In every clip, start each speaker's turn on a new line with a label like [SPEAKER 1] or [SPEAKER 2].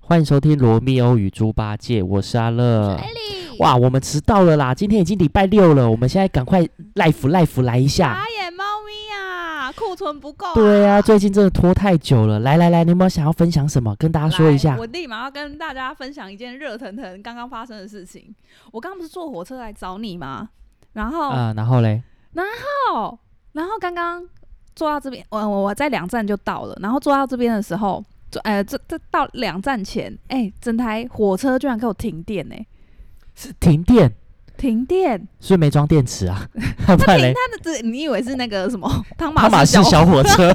[SPEAKER 1] 欢迎收听《罗密欧与猪八戒》，我是阿乐。嗯
[SPEAKER 2] 哎
[SPEAKER 1] 哇，我们迟到了啦！今天已经礼拜六了，我们现在赶快 life life 来一下。
[SPEAKER 2] 傻眼猫咪啊，库存不够、啊。
[SPEAKER 1] 对啊，最近真的拖太久了。来来来，你有没有想要分享什么？跟大家说一下
[SPEAKER 2] 来。我立马要跟大家分享一件热腾腾刚刚发生的事情。我刚刚不是坐火车来找你吗？然后，
[SPEAKER 1] 啊、然后嘞，
[SPEAKER 2] 哦，然后刚刚坐到这边，我我我在两站就到了。然后坐到这边的时候，坐呃，这这到两站前，哎、整台火车居然给我停电呢、
[SPEAKER 1] 是停电，
[SPEAKER 2] 停电！
[SPEAKER 1] 是不是没装电池啊？ 不
[SPEAKER 2] 它
[SPEAKER 1] 然
[SPEAKER 2] 停
[SPEAKER 1] 嘞，
[SPEAKER 2] 它的这，你以为是那个什么汤
[SPEAKER 1] 马
[SPEAKER 2] 马
[SPEAKER 1] 是
[SPEAKER 2] 士
[SPEAKER 1] 小火车，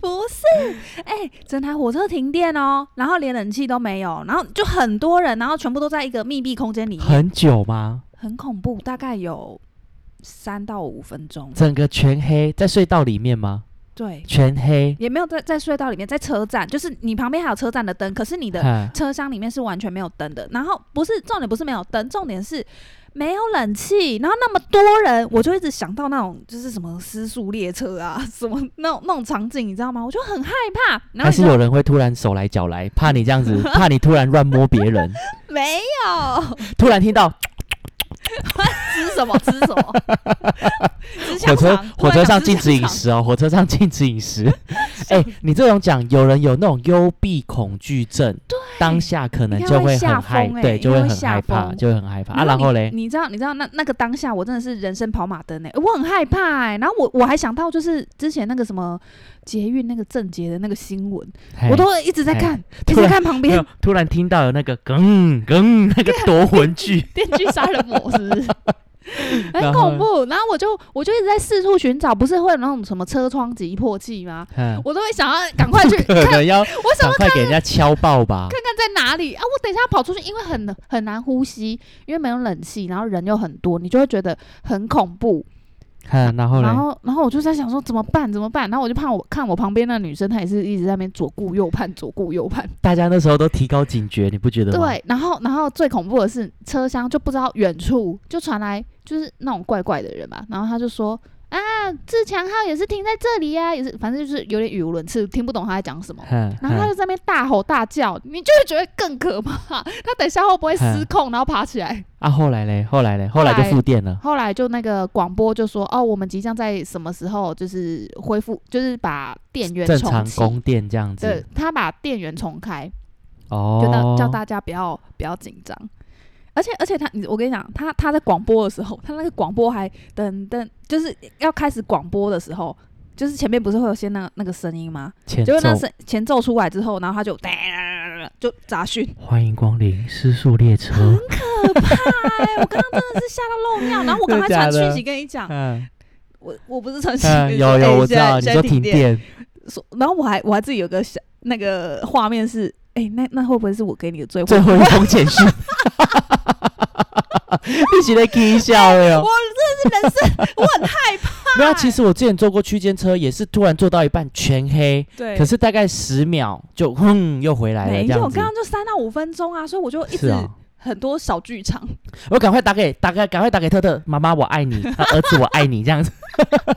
[SPEAKER 2] 不是，哎、整台火车停电哦，然后连冷气都没有，然后就很多人，然后全部都在一个密闭空间里 面，
[SPEAKER 1] 很久吗？
[SPEAKER 2] 很恐怖，大概有三到五分钟，
[SPEAKER 1] 整个全黑，在隧道里面吗？
[SPEAKER 2] 对，
[SPEAKER 1] 全黑。
[SPEAKER 2] 也没有在在隧道里面，在车站，就是你旁边还有车站的灯，可是你的
[SPEAKER 1] 哈
[SPEAKER 2] 车厢里面是完全没有灯的。然后不是重点，不是没有灯，重点是没有冷气。然后那么多人，我就一直想到那种就是什么失速列车啊，什么那种那种场景，你知道吗？我就很害怕。然后
[SPEAKER 1] 还
[SPEAKER 2] 你
[SPEAKER 1] 是
[SPEAKER 2] 知道
[SPEAKER 1] 有人会突然手来脚来，怕你这样 子，怕你突然乱摸别人，
[SPEAKER 2] 没有？
[SPEAKER 1] 突然听到
[SPEAKER 2] 吃什么？吃什 么？吃
[SPEAKER 1] 火
[SPEAKER 2] 香
[SPEAKER 1] 车
[SPEAKER 2] 肠。
[SPEAKER 1] 火车上禁止
[SPEAKER 2] 啊突然
[SPEAKER 1] 饮
[SPEAKER 2] 想吃香肠。
[SPEAKER 1] 食哦，火 车上禁止饮食。 哎、你这种讲，有人有那种幽闭恐惧症，当下可能
[SPEAKER 2] 应该
[SPEAKER 1] 就
[SPEAKER 2] 会
[SPEAKER 1] 会
[SPEAKER 2] 吓
[SPEAKER 1] 很害，
[SPEAKER 2] 疯哎
[SPEAKER 1] 对，
[SPEAKER 2] 应
[SPEAKER 1] 就
[SPEAKER 2] 该
[SPEAKER 1] 会
[SPEAKER 2] 会
[SPEAKER 1] 很
[SPEAKER 2] 吓
[SPEAKER 1] 害怕，
[SPEAKER 2] 疯
[SPEAKER 1] 就会很害怕啊。然后
[SPEAKER 2] 你
[SPEAKER 1] 嘞，
[SPEAKER 2] 你知道，你知道那那个当下，我真的是人生跑马灯哎、我很害怕哎、然后我我还想到就是之前那个什么捷运那个郑捷的那个新闻，
[SPEAKER 1] 嘿
[SPEAKER 2] 我都会一直在看，一
[SPEAKER 1] 突
[SPEAKER 2] 直在
[SPEAKER 1] 然
[SPEAKER 2] 看旁
[SPEAKER 1] 没
[SPEAKER 2] 边
[SPEAKER 1] 有突然听到有那个梗梗那个夺魂 剧，
[SPEAKER 2] 电锯杀人魔是 不是？
[SPEAKER 1] 然
[SPEAKER 2] 很
[SPEAKER 1] 后
[SPEAKER 2] 恐怖，然后我就我就一直在四处寻找，不是会有那种什么车窗急迫器吗？
[SPEAKER 1] 嗯，
[SPEAKER 2] 我都会想要赶快去
[SPEAKER 1] 可
[SPEAKER 2] 看，
[SPEAKER 1] 能要
[SPEAKER 2] 啊我想
[SPEAKER 1] 赶
[SPEAKER 2] 要
[SPEAKER 1] 快给人家敲爆吧。
[SPEAKER 2] 看看在哪里啊！我等一下跑出去，因为很很难呼吸，因为没有冷气，然后人又很多，你就会觉得很恐怖。
[SPEAKER 1] 嗯，然后嘞
[SPEAKER 2] 然，后然后我就在想说怎么办怎么办？然后我就怕我看我旁边那女生，她也是一直在那边左顾右盼左顾右盼。
[SPEAKER 1] 大家那时候都提高警觉，你不觉得吗？
[SPEAKER 2] 对，然后然后最恐怖的是车厢就不知道远处就传来就是那种怪怪的人嘛，然后他就说啊，自强号也是停在这里呀、也是反正就是有点语无伦次，听不懂他在讲什么。
[SPEAKER 1] 嗯，
[SPEAKER 2] 然后他
[SPEAKER 1] 嗯
[SPEAKER 2] 就在那边大吼大叫，你就会觉得更可怕。他等一下会不会失
[SPEAKER 1] 嗯
[SPEAKER 2] 控，然后爬起来？
[SPEAKER 1] 啊，后来嘞，后来嘞，后来就
[SPEAKER 2] 后来
[SPEAKER 1] 复电了。
[SPEAKER 2] 后来就那个广播就说，哦，我们即将在什么时候就是恢复，就是把电源
[SPEAKER 1] 正
[SPEAKER 2] 重
[SPEAKER 1] 常
[SPEAKER 2] 启。
[SPEAKER 1] 供电这样
[SPEAKER 2] 对
[SPEAKER 1] 子，
[SPEAKER 2] 他把电源重开，就
[SPEAKER 1] 哦
[SPEAKER 2] 那，叫大家不要不要紧张。而且而且他，你我跟你讲，他他在广播的时候，他那个广播还噔噔，就是要开始广播的时候，就是前面不是会有些那那个声音吗？
[SPEAKER 1] 前
[SPEAKER 2] 结
[SPEAKER 1] 奏
[SPEAKER 2] 果那声前奏出来之后，然后他就 就杂讯，
[SPEAKER 1] 欢迎光临失速列 车。
[SPEAKER 2] 哎，我刚刚真的是吓到漏 尿，然后我赶快
[SPEAKER 1] 真的假
[SPEAKER 2] 传
[SPEAKER 1] 的
[SPEAKER 2] 讯息跟你讲，
[SPEAKER 1] 嗯，
[SPEAKER 2] 我我不是传讯息跟
[SPEAKER 1] 嗯
[SPEAKER 2] 你说，
[SPEAKER 1] 有有，
[SPEAKER 2] 哎
[SPEAKER 1] 我知
[SPEAKER 2] 现在
[SPEAKER 1] 道，你
[SPEAKER 2] 现
[SPEAKER 1] 说
[SPEAKER 2] 在
[SPEAKER 1] 停
[SPEAKER 2] 停
[SPEAKER 1] 电，
[SPEAKER 2] 说然后我还我还自己有个小那个画面是，哎、那那会不会是我给你的最后
[SPEAKER 1] 最 后一封简讯， 一起在 K 笑了哟
[SPEAKER 2] 我。真的是人生，我很害
[SPEAKER 1] 没有，其实我之前坐过区间车，也是突然坐到一半全黑，
[SPEAKER 2] 对
[SPEAKER 1] 可是大概十秒就哼又回来了，
[SPEAKER 2] 没
[SPEAKER 1] 这样
[SPEAKER 2] 有，刚
[SPEAKER 1] 子。
[SPEAKER 2] 刚就三到五分钟啊，所以我就一
[SPEAKER 1] 是
[SPEAKER 2] 直
[SPEAKER 1] 啊，
[SPEAKER 2] 很多小剧场，
[SPEAKER 1] 我赶快打给打给赶快打给特特妈妈，我爱你， 啊儿子我爱你，这样子，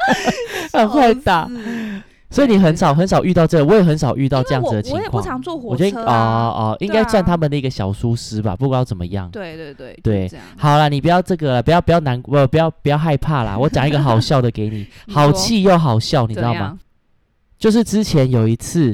[SPEAKER 1] 很会打。
[SPEAKER 2] 嗯
[SPEAKER 1] 所以你很少很少遇到这个，我也很少遇到这样子的
[SPEAKER 2] 因
[SPEAKER 1] 情
[SPEAKER 2] 为我
[SPEAKER 1] 况。
[SPEAKER 2] 我也不常坐火
[SPEAKER 1] 我觉
[SPEAKER 2] 车
[SPEAKER 1] 得哦
[SPEAKER 2] 啊，
[SPEAKER 1] 哦，应
[SPEAKER 2] 对
[SPEAKER 1] 该
[SPEAKER 2] 啊
[SPEAKER 1] 算他们的一个小疏失吧，不管怎么样。
[SPEAKER 2] 对对对
[SPEAKER 1] 对
[SPEAKER 2] 就这样
[SPEAKER 1] 好啦，你不要这个了，不要不要难过，呃不要不要害怕啦。我讲一个好笑的给你，
[SPEAKER 2] 你
[SPEAKER 1] 好
[SPEAKER 2] 说
[SPEAKER 1] 气又好笑，你知道
[SPEAKER 2] 怎
[SPEAKER 1] 吗
[SPEAKER 2] 样？？
[SPEAKER 1] 就是之前有一次，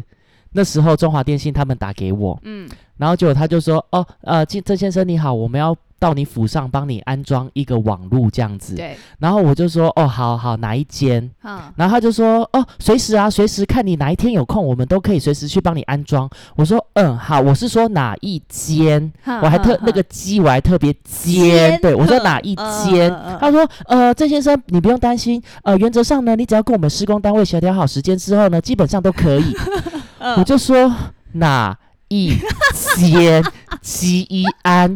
[SPEAKER 1] 那时候中华电信他们打给我，
[SPEAKER 2] 嗯，
[SPEAKER 1] 然后结果他就说：“哦，呃，郑郑先生你好，我们要到你府上帮你安装一个网路这样子。
[SPEAKER 2] 对，”
[SPEAKER 1] 然后我就说：“哦，好好，哪一间？”
[SPEAKER 2] 嗯，
[SPEAKER 1] 然后他就说：“哦，随时啊，随时看你哪一天有空，我们都可以随时去帮你安装。”我说：“嗯，好，我是说哪一间？ 我还
[SPEAKER 2] 啊
[SPEAKER 1] 特那个鸡，我还特别尖，对我说
[SPEAKER 2] 嗯
[SPEAKER 1] 哪一间？”他
[SPEAKER 2] 他
[SPEAKER 1] 说：“呃，郑先生，你不用担心。呃，原则上呢，你只要跟我们施工单位协调好时间之后呢，基本上都可 以。
[SPEAKER 2] 嗯
[SPEAKER 1] 我就说：“哪一间？鸡一安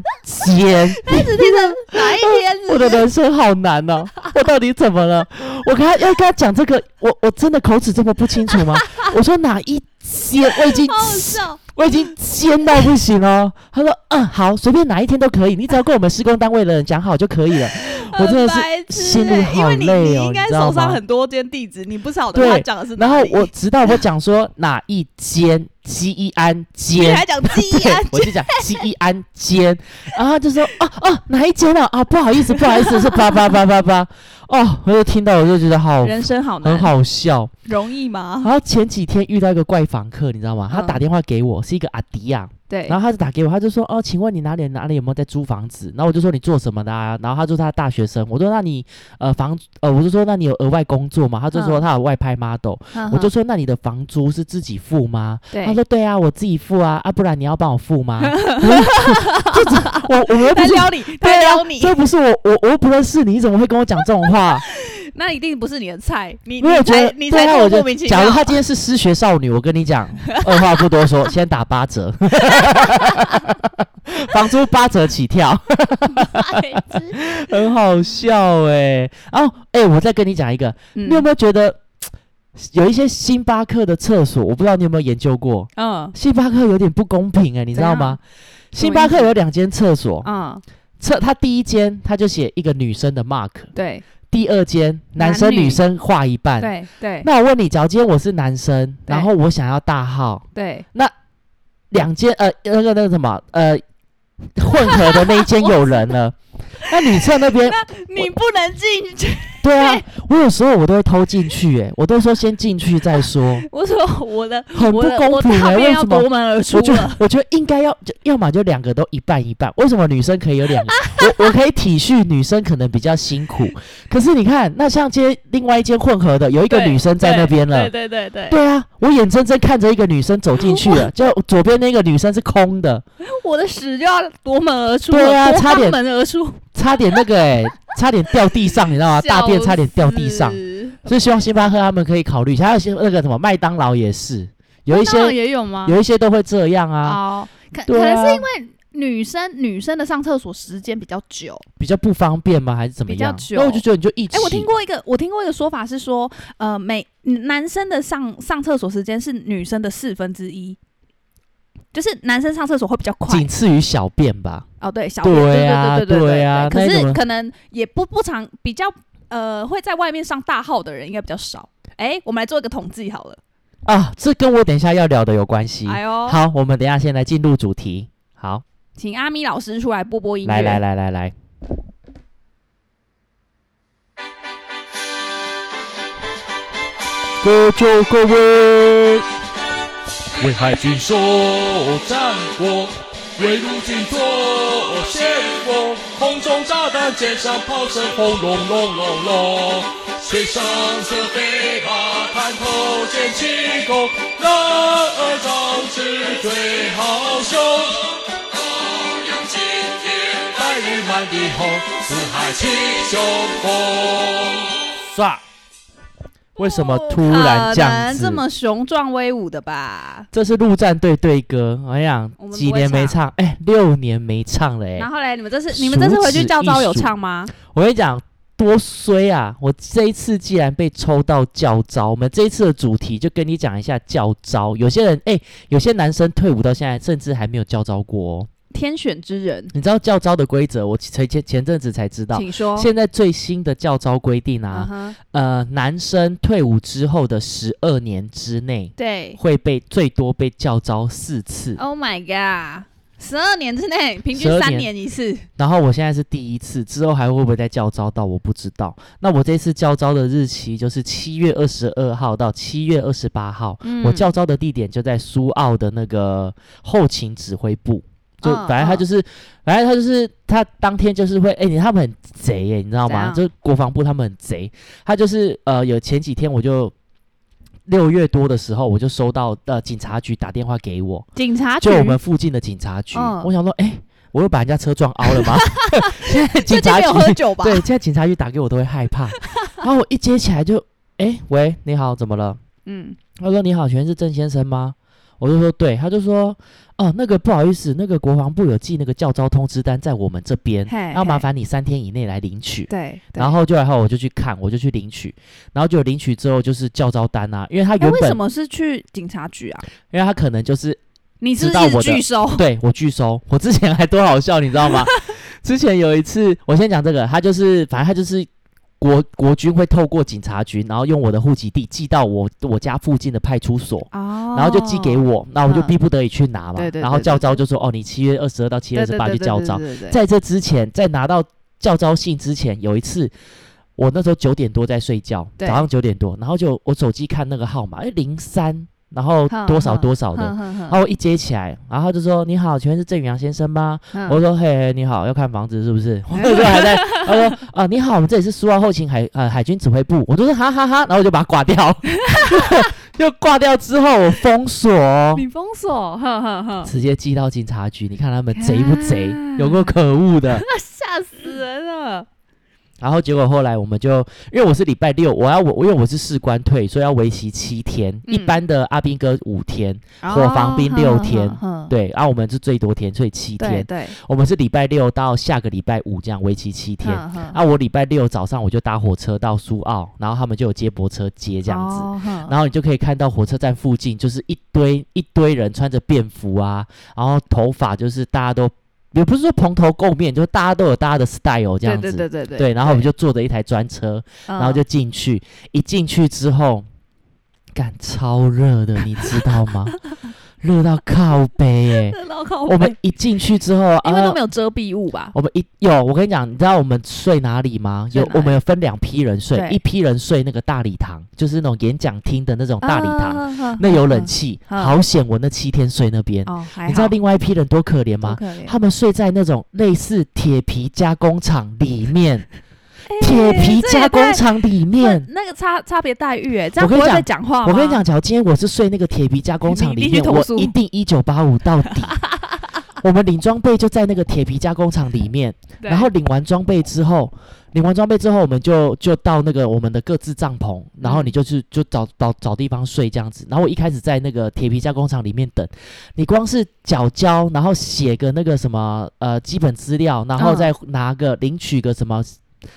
[SPEAKER 1] 间？”
[SPEAKER 2] 只听 成哪一天
[SPEAKER 1] 我的人生好难哦，我到底怎么了？我跟他要跟他讲这个，我我真的口齿这么不清楚吗？我说哪一间？我已经
[SPEAKER 2] 好笑，
[SPEAKER 1] 我已经尖到不行 哦。他说嗯好，随便哪一天都可以，你只要跟我们施工单位的人讲好就可以 了。 我真的是
[SPEAKER 2] 很白痴
[SPEAKER 1] 心里
[SPEAKER 2] 欸
[SPEAKER 1] 好
[SPEAKER 2] 因为你
[SPEAKER 1] 累
[SPEAKER 2] 你
[SPEAKER 1] 哦
[SPEAKER 2] 应该
[SPEAKER 1] 你知道
[SPEAKER 2] 手上
[SPEAKER 1] 吗
[SPEAKER 2] 很多间地址，你不晓得
[SPEAKER 1] 对
[SPEAKER 2] 他讲的是哪
[SPEAKER 1] 然后
[SPEAKER 2] 里
[SPEAKER 1] 我直到我讲说哪一间基一 安
[SPEAKER 2] 你
[SPEAKER 1] 间
[SPEAKER 2] 还。讲鸡
[SPEAKER 1] 对
[SPEAKER 2] 安，
[SPEAKER 1] 我就讲西一安间，然后就说哦哦哪一间啊啊不好意思不好意思是叭叭叭叭叭哦，我就听到我就觉得好
[SPEAKER 2] 人生好
[SPEAKER 1] 很
[SPEAKER 2] 难，
[SPEAKER 1] 好笑。
[SPEAKER 2] 容易吗？
[SPEAKER 1] 然后前几天遇到一个怪访客，你知道吗？他
[SPEAKER 2] 嗯
[SPEAKER 1] 打电话给我，是一个阿迪啊，
[SPEAKER 2] 对
[SPEAKER 1] 然，后他就打给我，他就说哦，请问你哪里哪里有没有在租房子？然后我就说你做什么的啊？然后他就说他大学生，我说那你呃房呃我就说那你有额外工作吗？他就说
[SPEAKER 2] 嗯
[SPEAKER 1] 他有外拍 model，、我
[SPEAKER 2] 我
[SPEAKER 1] 就说那你的房租是自己付吗？
[SPEAKER 2] 嗯对
[SPEAKER 1] 他，说对啊，我自己付啊，啊不然你要帮我付 吗？ 这这我我又不
[SPEAKER 2] 他
[SPEAKER 1] 是
[SPEAKER 2] 撩你，
[SPEAKER 1] 对
[SPEAKER 2] 他
[SPEAKER 1] 啊
[SPEAKER 2] 撩你，
[SPEAKER 1] 这不是我我我又不认识你，你怎么会跟我讲这种话？
[SPEAKER 2] 那一定不是你的菜，你
[SPEAKER 1] 因为
[SPEAKER 2] 你
[SPEAKER 1] 我觉
[SPEAKER 2] 才
[SPEAKER 1] 得
[SPEAKER 2] 你
[SPEAKER 1] 对
[SPEAKER 2] 才
[SPEAKER 1] 啊，
[SPEAKER 2] 这
[SPEAKER 1] 我
[SPEAKER 2] 么
[SPEAKER 1] 觉
[SPEAKER 2] 莫名
[SPEAKER 1] 得
[SPEAKER 2] 其
[SPEAKER 1] 假如
[SPEAKER 2] 妙。
[SPEAKER 1] 她今天是失学少女，我跟你讲，二话不多说，先打八折， 房租八折起 跳。很好笑哎、哦，哎、我再跟你讲一个，
[SPEAKER 2] 欸嗯
[SPEAKER 1] 你有没有觉得有一些星巴克的厕所，我不知道你有没有研究过，
[SPEAKER 2] 嗯
[SPEAKER 1] 星巴克有点不公平哎、你知道吗？
[SPEAKER 2] 怎样
[SPEAKER 1] 星巴克有两间厕所，
[SPEAKER 2] 嗯，
[SPEAKER 1] 厕它第一间它就写一个女生的 mark，
[SPEAKER 2] 对
[SPEAKER 1] 第二间男生
[SPEAKER 2] 男女
[SPEAKER 1] 女生画一半。
[SPEAKER 2] 对对
[SPEAKER 1] 那我问你，假如今天我是男生，
[SPEAKER 2] 对
[SPEAKER 1] 然后我想要大号，
[SPEAKER 2] 对，
[SPEAKER 1] 两间呃那个那个什么呃混合的那一间有人 了，那女厕那边
[SPEAKER 2] 你不能进去。
[SPEAKER 1] 对啊，
[SPEAKER 2] 哎
[SPEAKER 1] 我有时候我都会偷进去、欸，我都说先进去再 说，
[SPEAKER 2] 我说我的
[SPEAKER 1] 很不
[SPEAKER 2] 我的
[SPEAKER 1] 公
[SPEAKER 2] 我
[SPEAKER 1] 平哎、
[SPEAKER 2] 大
[SPEAKER 1] 为
[SPEAKER 2] 便要
[SPEAKER 1] 什么
[SPEAKER 2] 夺？门而出
[SPEAKER 1] 我觉
[SPEAKER 2] 了
[SPEAKER 1] 得，我觉得应该要，就要么就两个都一半一半。为什么女生可以有两个？ 我我可以体恤女生可能比较辛苦，可是你看，那像接另外一间混合的，有一个
[SPEAKER 2] 对
[SPEAKER 1] 女生在那边了
[SPEAKER 2] 对。对对对，对
[SPEAKER 1] 对啊，我眼睁睁看着一个女生走进去 了，就左边那个女生是空的，
[SPEAKER 2] 我的屎就要夺门而出了，
[SPEAKER 1] 对啊
[SPEAKER 2] 夺
[SPEAKER 1] 差点
[SPEAKER 2] 肛门而出，
[SPEAKER 1] 差点那个 哎、差点掉地上，你知道吗？大便
[SPEAKER 2] 笑
[SPEAKER 1] 差点掉地
[SPEAKER 2] 死
[SPEAKER 1] 上。
[SPEAKER 2] 嗯
[SPEAKER 1] 所以希望星巴克他们可以考虑一下，还有些那个什么麦当劳也是，有一
[SPEAKER 2] 当然
[SPEAKER 1] 些
[SPEAKER 2] 也有吗？
[SPEAKER 1] 有一些都会这样啊，
[SPEAKER 2] 哦，可可
[SPEAKER 1] 对啊
[SPEAKER 2] 能是因为女生女生的上厕所时间比较久。
[SPEAKER 1] 比较不方便吗？还是怎么样
[SPEAKER 2] 比？较久
[SPEAKER 1] 那我就觉得你就一起，
[SPEAKER 2] 哎、我听过一个，我听过一个说法是说，呃，每男生的上上厕所时间是女生的四分之一，就是男生上厕所会比较快。
[SPEAKER 1] 仅次于小便吧，
[SPEAKER 2] 哦，对，小便，对
[SPEAKER 1] 对啊
[SPEAKER 2] 对对对
[SPEAKER 1] 对啊
[SPEAKER 2] 可
[SPEAKER 1] 那一
[SPEAKER 2] 是
[SPEAKER 1] 种
[SPEAKER 2] 可能也不不常比较，呃，会在外面上大号的人应该比较少。哎、我们来做一个统计好了。
[SPEAKER 1] 啊，这跟我等一下要聊的有关系。
[SPEAKER 2] 哎呦，
[SPEAKER 1] 好，我们等一下先来进入主题。好，
[SPEAKER 2] 请阿咪老师出来播播音乐。
[SPEAKER 1] 来来来来来，各就各位，
[SPEAKER 3] 为海军说战果，为陆军做先锋。空中炸弹，肩上炮声轰隆隆隆隆，水上射飞靶，探头见气功，男儿当是最豪雄。好勇今天白日满地红，四海齐雄风。
[SPEAKER 1] 唰！为什么突
[SPEAKER 2] 哦可
[SPEAKER 1] 然这样
[SPEAKER 2] 能
[SPEAKER 1] 子？
[SPEAKER 2] 这么雄壮威武的吧？
[SPEAKER 1] 这是陆战队队歌，哎呀
[SPEAKER 2] 我们，不
[SPEAKER 1] 几
[SPEAKER 2] 会
[SPEAKER 1] 年没唱，哎、六年没唱了、
[SPEAKER 2] 然
[SPEAKER 1] 哎，
[SPEAKER 2] 后嘞，你们这次你们这次回去教招有唱吗？
[SPEAKER 1] 我跟你讲，多衰啊！我这一次既然被抽到教招，我们这一次的主题就跟你讲一下教招。有些人，哎、有些男生退伍到现在，甚至还没有教招过、哦。
[SPEAKER 2] 天选之人，
[SPEAKER 1] 你知道教招的规则？我前前前阵子才知道。
[SPEAKER 2] 请说。
[SPEAKER 1] 现在最新的教招规定
[SPEAKER 2] 哦嗯
[SPEAKER 1] 啊，
[SPEAKER 2] 哼，
[SPEAKER 1] 呃，男生退伍之后的十二年之内
[SPEAKER 2] 对
[SPEAKER 1] 会被最多被教招四次。
[SPEAKER 2] ，Oh my god，十二年之内平均
[SPEAKER 1] 12
[SPEAKER 2] 三
[SPEAKER 1] 年
[SPEAKER 2] 年一次，
[SPEAKER 1] 然后我现在是第一次，之后还会不会再叫招到我不知道。那我这次叫招的日期就是七月二十二号到七月二十八号，
[SPEAKER 2] 嗯
[SPEAKER 1] 我叫招的地点就在苏澳的那个后勤指挥部。就
[SPEAKER 2] 嗯
[SPEAKER 1] 反正他
[SPEAKER 2] 嗯
[SPEAKER 1] 就是，反正他就是他当天就是会，哎、你他们很贼耶、你知道吗？
[SPEAKER 2] 怎
[SPEAKER 1] 就是国防部他们很贼，他就是呃，有前几天我就六月多的时候，我就收到呃警察局打电话给我，
[SPEAKER 2] 警察局
[SPEAKER 1] 就我们附近的警察局。
[SPEAKER 2] 啊嗯
[SPEAKER 1] 我想说，哎、我又把人家车撞凹了 吗？现在警
[SPEAKER 2] 最近
[SPEAKER 1] 察
[SPEAKER 2] 没有喝
[SPEAKER 1] 局，
[SPEAKER 2] 酒吧？
[SPEAKER 1] 对，现在警察局打给我都会害 怕。然后我一接起来就，哎、喂，你好，怎么了？
[SPEAKER 2] 嗯，
[SPEAKER 1] 他说：“你好，请问是郑先生吗？”我就说：“对。”他就说：“哦，那个不好意思，那个国防部有寄那个教招通知单在我们这边，
[SPEAKER 2] 嘿
[SPEAKER 1] 要麻
[SPEAKER 2] 嘿
[SPEAKER 1] 烦你三天以内来领取。”
[SPEAKER 2] 对，对
[SPEAKER 1] 然后就然后我就去看，我就去领取，然后就领取之后就是教招单啊，因为他
[SPEAKER 2] 哎，
[SPEAKER 1] 原
[SPEAKER 2] 为
[SPEAKER 1] 本，
[SPEAKER 2] 什么是去警察局啊？
[SPEAKER 1] 因为他可能就是
[SPEAKER 2] 你是
[SPEAKER 1] 知
[SPEAKER 2] 不
[SPEAKER 1] 道
[SPEAKER 2] 是一直
[SPEAKER 1] 我的
[SPEAKER 2] 拒收？
[SPEAKER 1] 对我拒收，我之 前还多好笑，你知道吗？之前有一次，我先讲这个，他就是反正他就是。国国军会透过警察局，然后用我的户籍地寄到我我家附近的派出所。
[SPEAKER 2] 哦，
[SPEAKER 1] 然后就寄给我，那我就
[SPEAKER 2] 嗯
[SPEAKER 1] 逼不得已去拿嘛。
[SPEAKER 2] 对对
[SPEAKER 1] 然后
[SPEAKER 2] 对对
[SPEAKER 1] 教招
[SPEAKER 2] 对
[SPEAKER 1] 就说：“哦，你七月二十二到七月
[SPEAKER 2] 对，
[SPEAKER 1] 二十
[SPEAKER 2] 对
[SPEAKER 1] 八去教招。”，
[SPEAKER 2] 对对对对对
[SPEAKER 1] 在这之前，在拿到教招信之前，有一次，我那时候九点多在睡觉，
[SPEAKER 2] 对
[SPEAKER 1] 早上九点多，然后就我手机看那个号码，哎，零三，然后
[SPEAKER 2] 哼
[SPEAKER 1] 多少
[SPEAKER 2] 哼
[SPEAKER 1] 多少的，
[SPEAKER 2] 哼哼哼
[SPEAKER 1] 然后我一接起来，然后他就说：“你好，请问是郑宇阳先生吗？”
[SPEAKER 2] 嗯
[SPEAKER 1] 我说：“嘿，嘿你好，要看房子是不 是？”我那时候还在，他说：“啊、你好，我们这里是苏澳后勤海呃海军指挥部。”我就说：“哈哈哈然后我就把它挂掉，就挂掉之后我封锁哦、
[SPEAKER 2] 你封锁，哼 哼哼，
[SPEAKER 1] 直接寄到警察局，你看他们贼不贼，有
[SPEAKER 2] 看
[SPEAKER 1] 够可恶 的。
[SPEAKER 2] 吓死人了。
[SPEAKER 1] 然后结果后来我们就，因为我是礼拜六，我要我因为我是士官退，所以要为期七天，
[SPEAKER 2] 嗯
[SPEAKER 1] 一般的阿兵哥五天，伙房兵六天
[SPEAKER 2] 哼，
[SPEAKER 1] 对，啊然、后我们是最多天，所以七
[SPEAKER 2] 对
[SPEAKER 1] 天。
[SPEAKER 2] 对，
[SPEAKER 1] 我们是礼拜六到下个礼拜五这样，为期七天。
[SPEAKER 2] 哼哼
[SPEAKER 1] 啊，我礼拜六早上我就搭火车到苏澳，然后他们就有接驳车接这样子。
[SPEAKER 2] 哦哼
[SPEAKER 1] 然后你就可以看到火车站附近就是一堆一堆人穿着便服啊，然后头发就是大家都也不是说蓬头垢面，就是大家都有大家的 style 这样子。
[SPEAKER 2] 对对对对
[SPEAKER 1] 对，然后我们就坐着一台专车，
[SPEAKER 2] 嗯
[SPEAKER 1] 然后就进去，一进去之后，干超热的，你知道 吗？热到靠背耶、
[SPEAKER 2] 热到靠
[SPEAKER 1] 我
[SPEAKER 2] 背
[SPEAKER 1] 们一进去之后，
[SPEAKER 2] 因为都
[SPEAKER 1] 啊
[SPEAKER 2] 没有遮蔽物吧？
[SPEAKER 1] 我们一有，我跟你讲，你知道我们睡哪里吗？
[SPEAKER 2] 睡
[SPEAKER 1] 有
[SPEAKER 2] 哪，里
[SPEAKER 1] 我们有分两批人睡
[SPEAKER 2] 对，
[SPEAKER 1] 一批人睡那个大礼堂，就是那种演讲厅的那种哦大礼堂，
[SPEAKER 2] 啊，哼
[SPEAKER 1] 那有冷。
[SPEAKER 2] 哼
[SPEAKER 1] 气。
[SPEAKER 2] 嗯
[SPEAKER 1] 好险，我那七天睡那边
[SPEAKER 2] 哼。哦，还
[SPEAKER 1] 你知道
[SPEAKER 2] 好
[SPEAKER 1] 另外一批人多可怜
[SPEAKER 2] 多
[SPEAKER 1] 吗？
[SPEAKER 2] 可怜
[SPEAKER 1] 他们睡在那种类似铁皮加工厂里面，
[SPEAKER 2] 哎
[SPEAKER 1] 铁皮
[SPEAKER 2] 这也
[SPEAKER 1] 加工
[SPEAKER 2] 太
[SPEAKER 1] 厂里
[SPEAKER 2] 那
[SPEAKER 1] 面。
[SPEAKER 2] 那个差差别待遇哎，这
[SPEAKER 1] 我
[SPEAKER 2] 样
[SPEAKER 1] 跟
[SPEAKER 2] 不
[SPEAKER 1] 你
[SPEAKER 2] 会
[SPEAKER 1] 讲
[SPEAKER 2] 再讲话吗
[SPEAKER 1] 我跟你，讲，假如今天我是睡那个铁皮加工厂
[SPEAKER 2] 你
[SPEAKER 1] 里
[SPEAKER 2] 你去
[SPEAKER 1] 面，
[SPEAKER 2] 投
[SPEAKER 1] 我
[SPEAKER 2] 诉
[SPEAKER 1] 一定一九八五到 底。我们领装备就在那个铁皮加工厂里面，
[SPEAKER 2] 对
[SPEAKER 1] 然后领完装备之后，领完装备之后，我们就就到那个我们的各自帐篷，然后
[SPEAKER 2] 嗯
[SPEAKER 1] 你就去就找找找地方睡这样子。然后我一开始在那个铁皮加工厂里面等，你光是缴交，然后写个那个什么呃基本资料，然后
[SPEAKER 2] 嗯
[SPEAKER 1] 再拿个领取个什么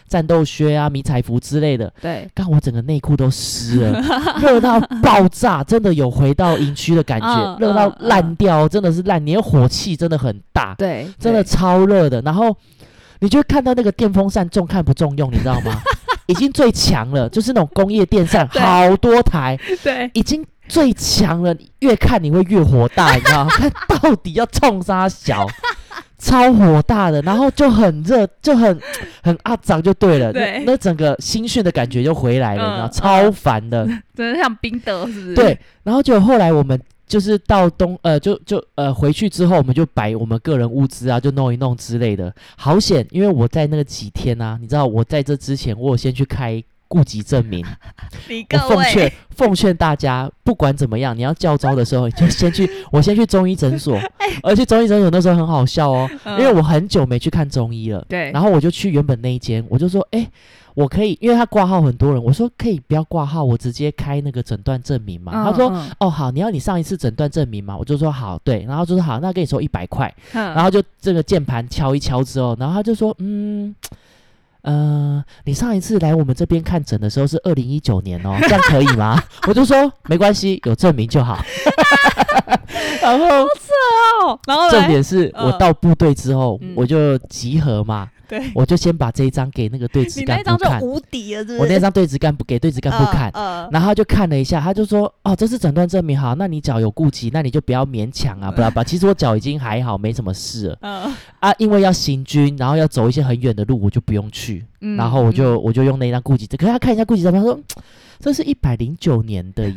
[SPEAKER 1] 战斗靴啊、迷彩服之类的，
[SPEAKER 2] 对
[SPEAKER 1] 干我整个内裤都湿 了，热到爆炸，真的有回到营区的感
[SPEAKER 2] 嗯
[SPEAKER 1] 觉，热到
[SPEAKER 2] 嗯嗯
[SPEAKER 1] 烂掉，真的是烂，你的火气真的很大。
[SPEAKER 2] 对，
[SPEAKER 1] 真的
[SPEAKER 2] 对
[SPEAKER 1] 超热的。然后你就会看到那个电风扇重看不重用，你知道吗？已经最强了，就是那种工业电扇，
[SPEAKER 2] 对
[SPEAKER 1] 好多台，
[SPEAKER 2] 对
[SPEAKER 1] 已经最强了。你越看你会越火大，你知道吗？ 看到底要冲杀小。超火大的，然后就很热，就很很阿脏就对了，
[SPEAKER 2] 对
[SPEAKER 1] 那那整个心血的感觉就回来了，
[SPEAKER 2] 嗯
[SPEAKER 1] 你知道吗，
[SPEAKER 2] 嗯
[SPEAKER 1] 超烦的。
[SPEAKER 2] 真的像冰德是不是？
[SPEAKER 1] 对，然后就后来我们就是到东呃，就就呃回去之后，我们就摆我们个人物资啊，就弄一弄之类的。好险，因为我在那个几天啊，你知道我在这之前，我有先去开户籍证 明。
[SPEAKER 2] 你各
[SPEAKER 1] 我奉劝
[SPEAKER 2] 位，
[SPEAKER 1] 奉劝大家，不管怎么样，你要叫招的时候，你就先 去，我先去中医诊所，而且中医诊所那时候很好笑哦，因为
[SPEAKER 2] 哎嗯
[SPEAKER 1] 我很久没去看中医了。
[SPEAKER 2] 对，
[SPEAKER 1] 然后我就去原本那一间，我就说，哎、我可以，因为他挂号很多人，我说可以不要挂号，我直接开那个诊断证明嘛。他说，
[SPEAKER 2] 嗯，
[SPEAKER 1] 哦，好，你要你上一次诊断证明嘛？我就说好，对，然后就说好，那跟你收一百块，
[SPEAKER 2] 然
[SPEAKER 1] 然后就这个键盘敲一敲之后，然后他就说，嗯，呃，你上一次来我们这边看诊的时候是二零一九年哦，这样可以吗？ 我就说没关系，有证明就好。然后
[SPEAKER 2] 哦，然后
[SPEAKER 1] 重
[SPEAKER 2] 嘞，
[SPEAKER 1] 点是
[SPEAKER 2] 嗯
[SPEAKER 1] 我到部队之后
[SPEAKER 2] 嗯，
[SPEAKER 1] 我就集合嘛，
[SPEAKER 2] 对，
[SPEAKER 1] 我就先把这一张给那个对
[SPEAKER 2] 你
[SPEAKER 1] 职
[SPEAKER 2] 那
[SPEAKER 1] 干
[SPEAKER 2] 一张
[SPEAKER 1] 部
[SPEAKER 2] 就
[SPEAKER 1] 看，
[SPEAKER 2] 无敌了，是不是？
[SPEAKER 1] 我那张对职干部给对职干部看，
[SPEAKER 2] 呃，
[SPEAKER 1] 然后他就看了一下，他就说：“哦，这是诊断证明，好，那你脚有顾及，那你就不要勉强 啊，不啦不啦。其实我脚已经还好，没什么事了
[SPEAKER 2] 呃，
[SPEAKER 1] 啊，因为要行军，然后要走一些很远的路，我就不用去。
[SPEAKER 2] 嗯
[SPEAKER 1] 然后我 就、我就用那张顾及证，可是他看一下顾及证，他说嗯这是一百零九年的耶。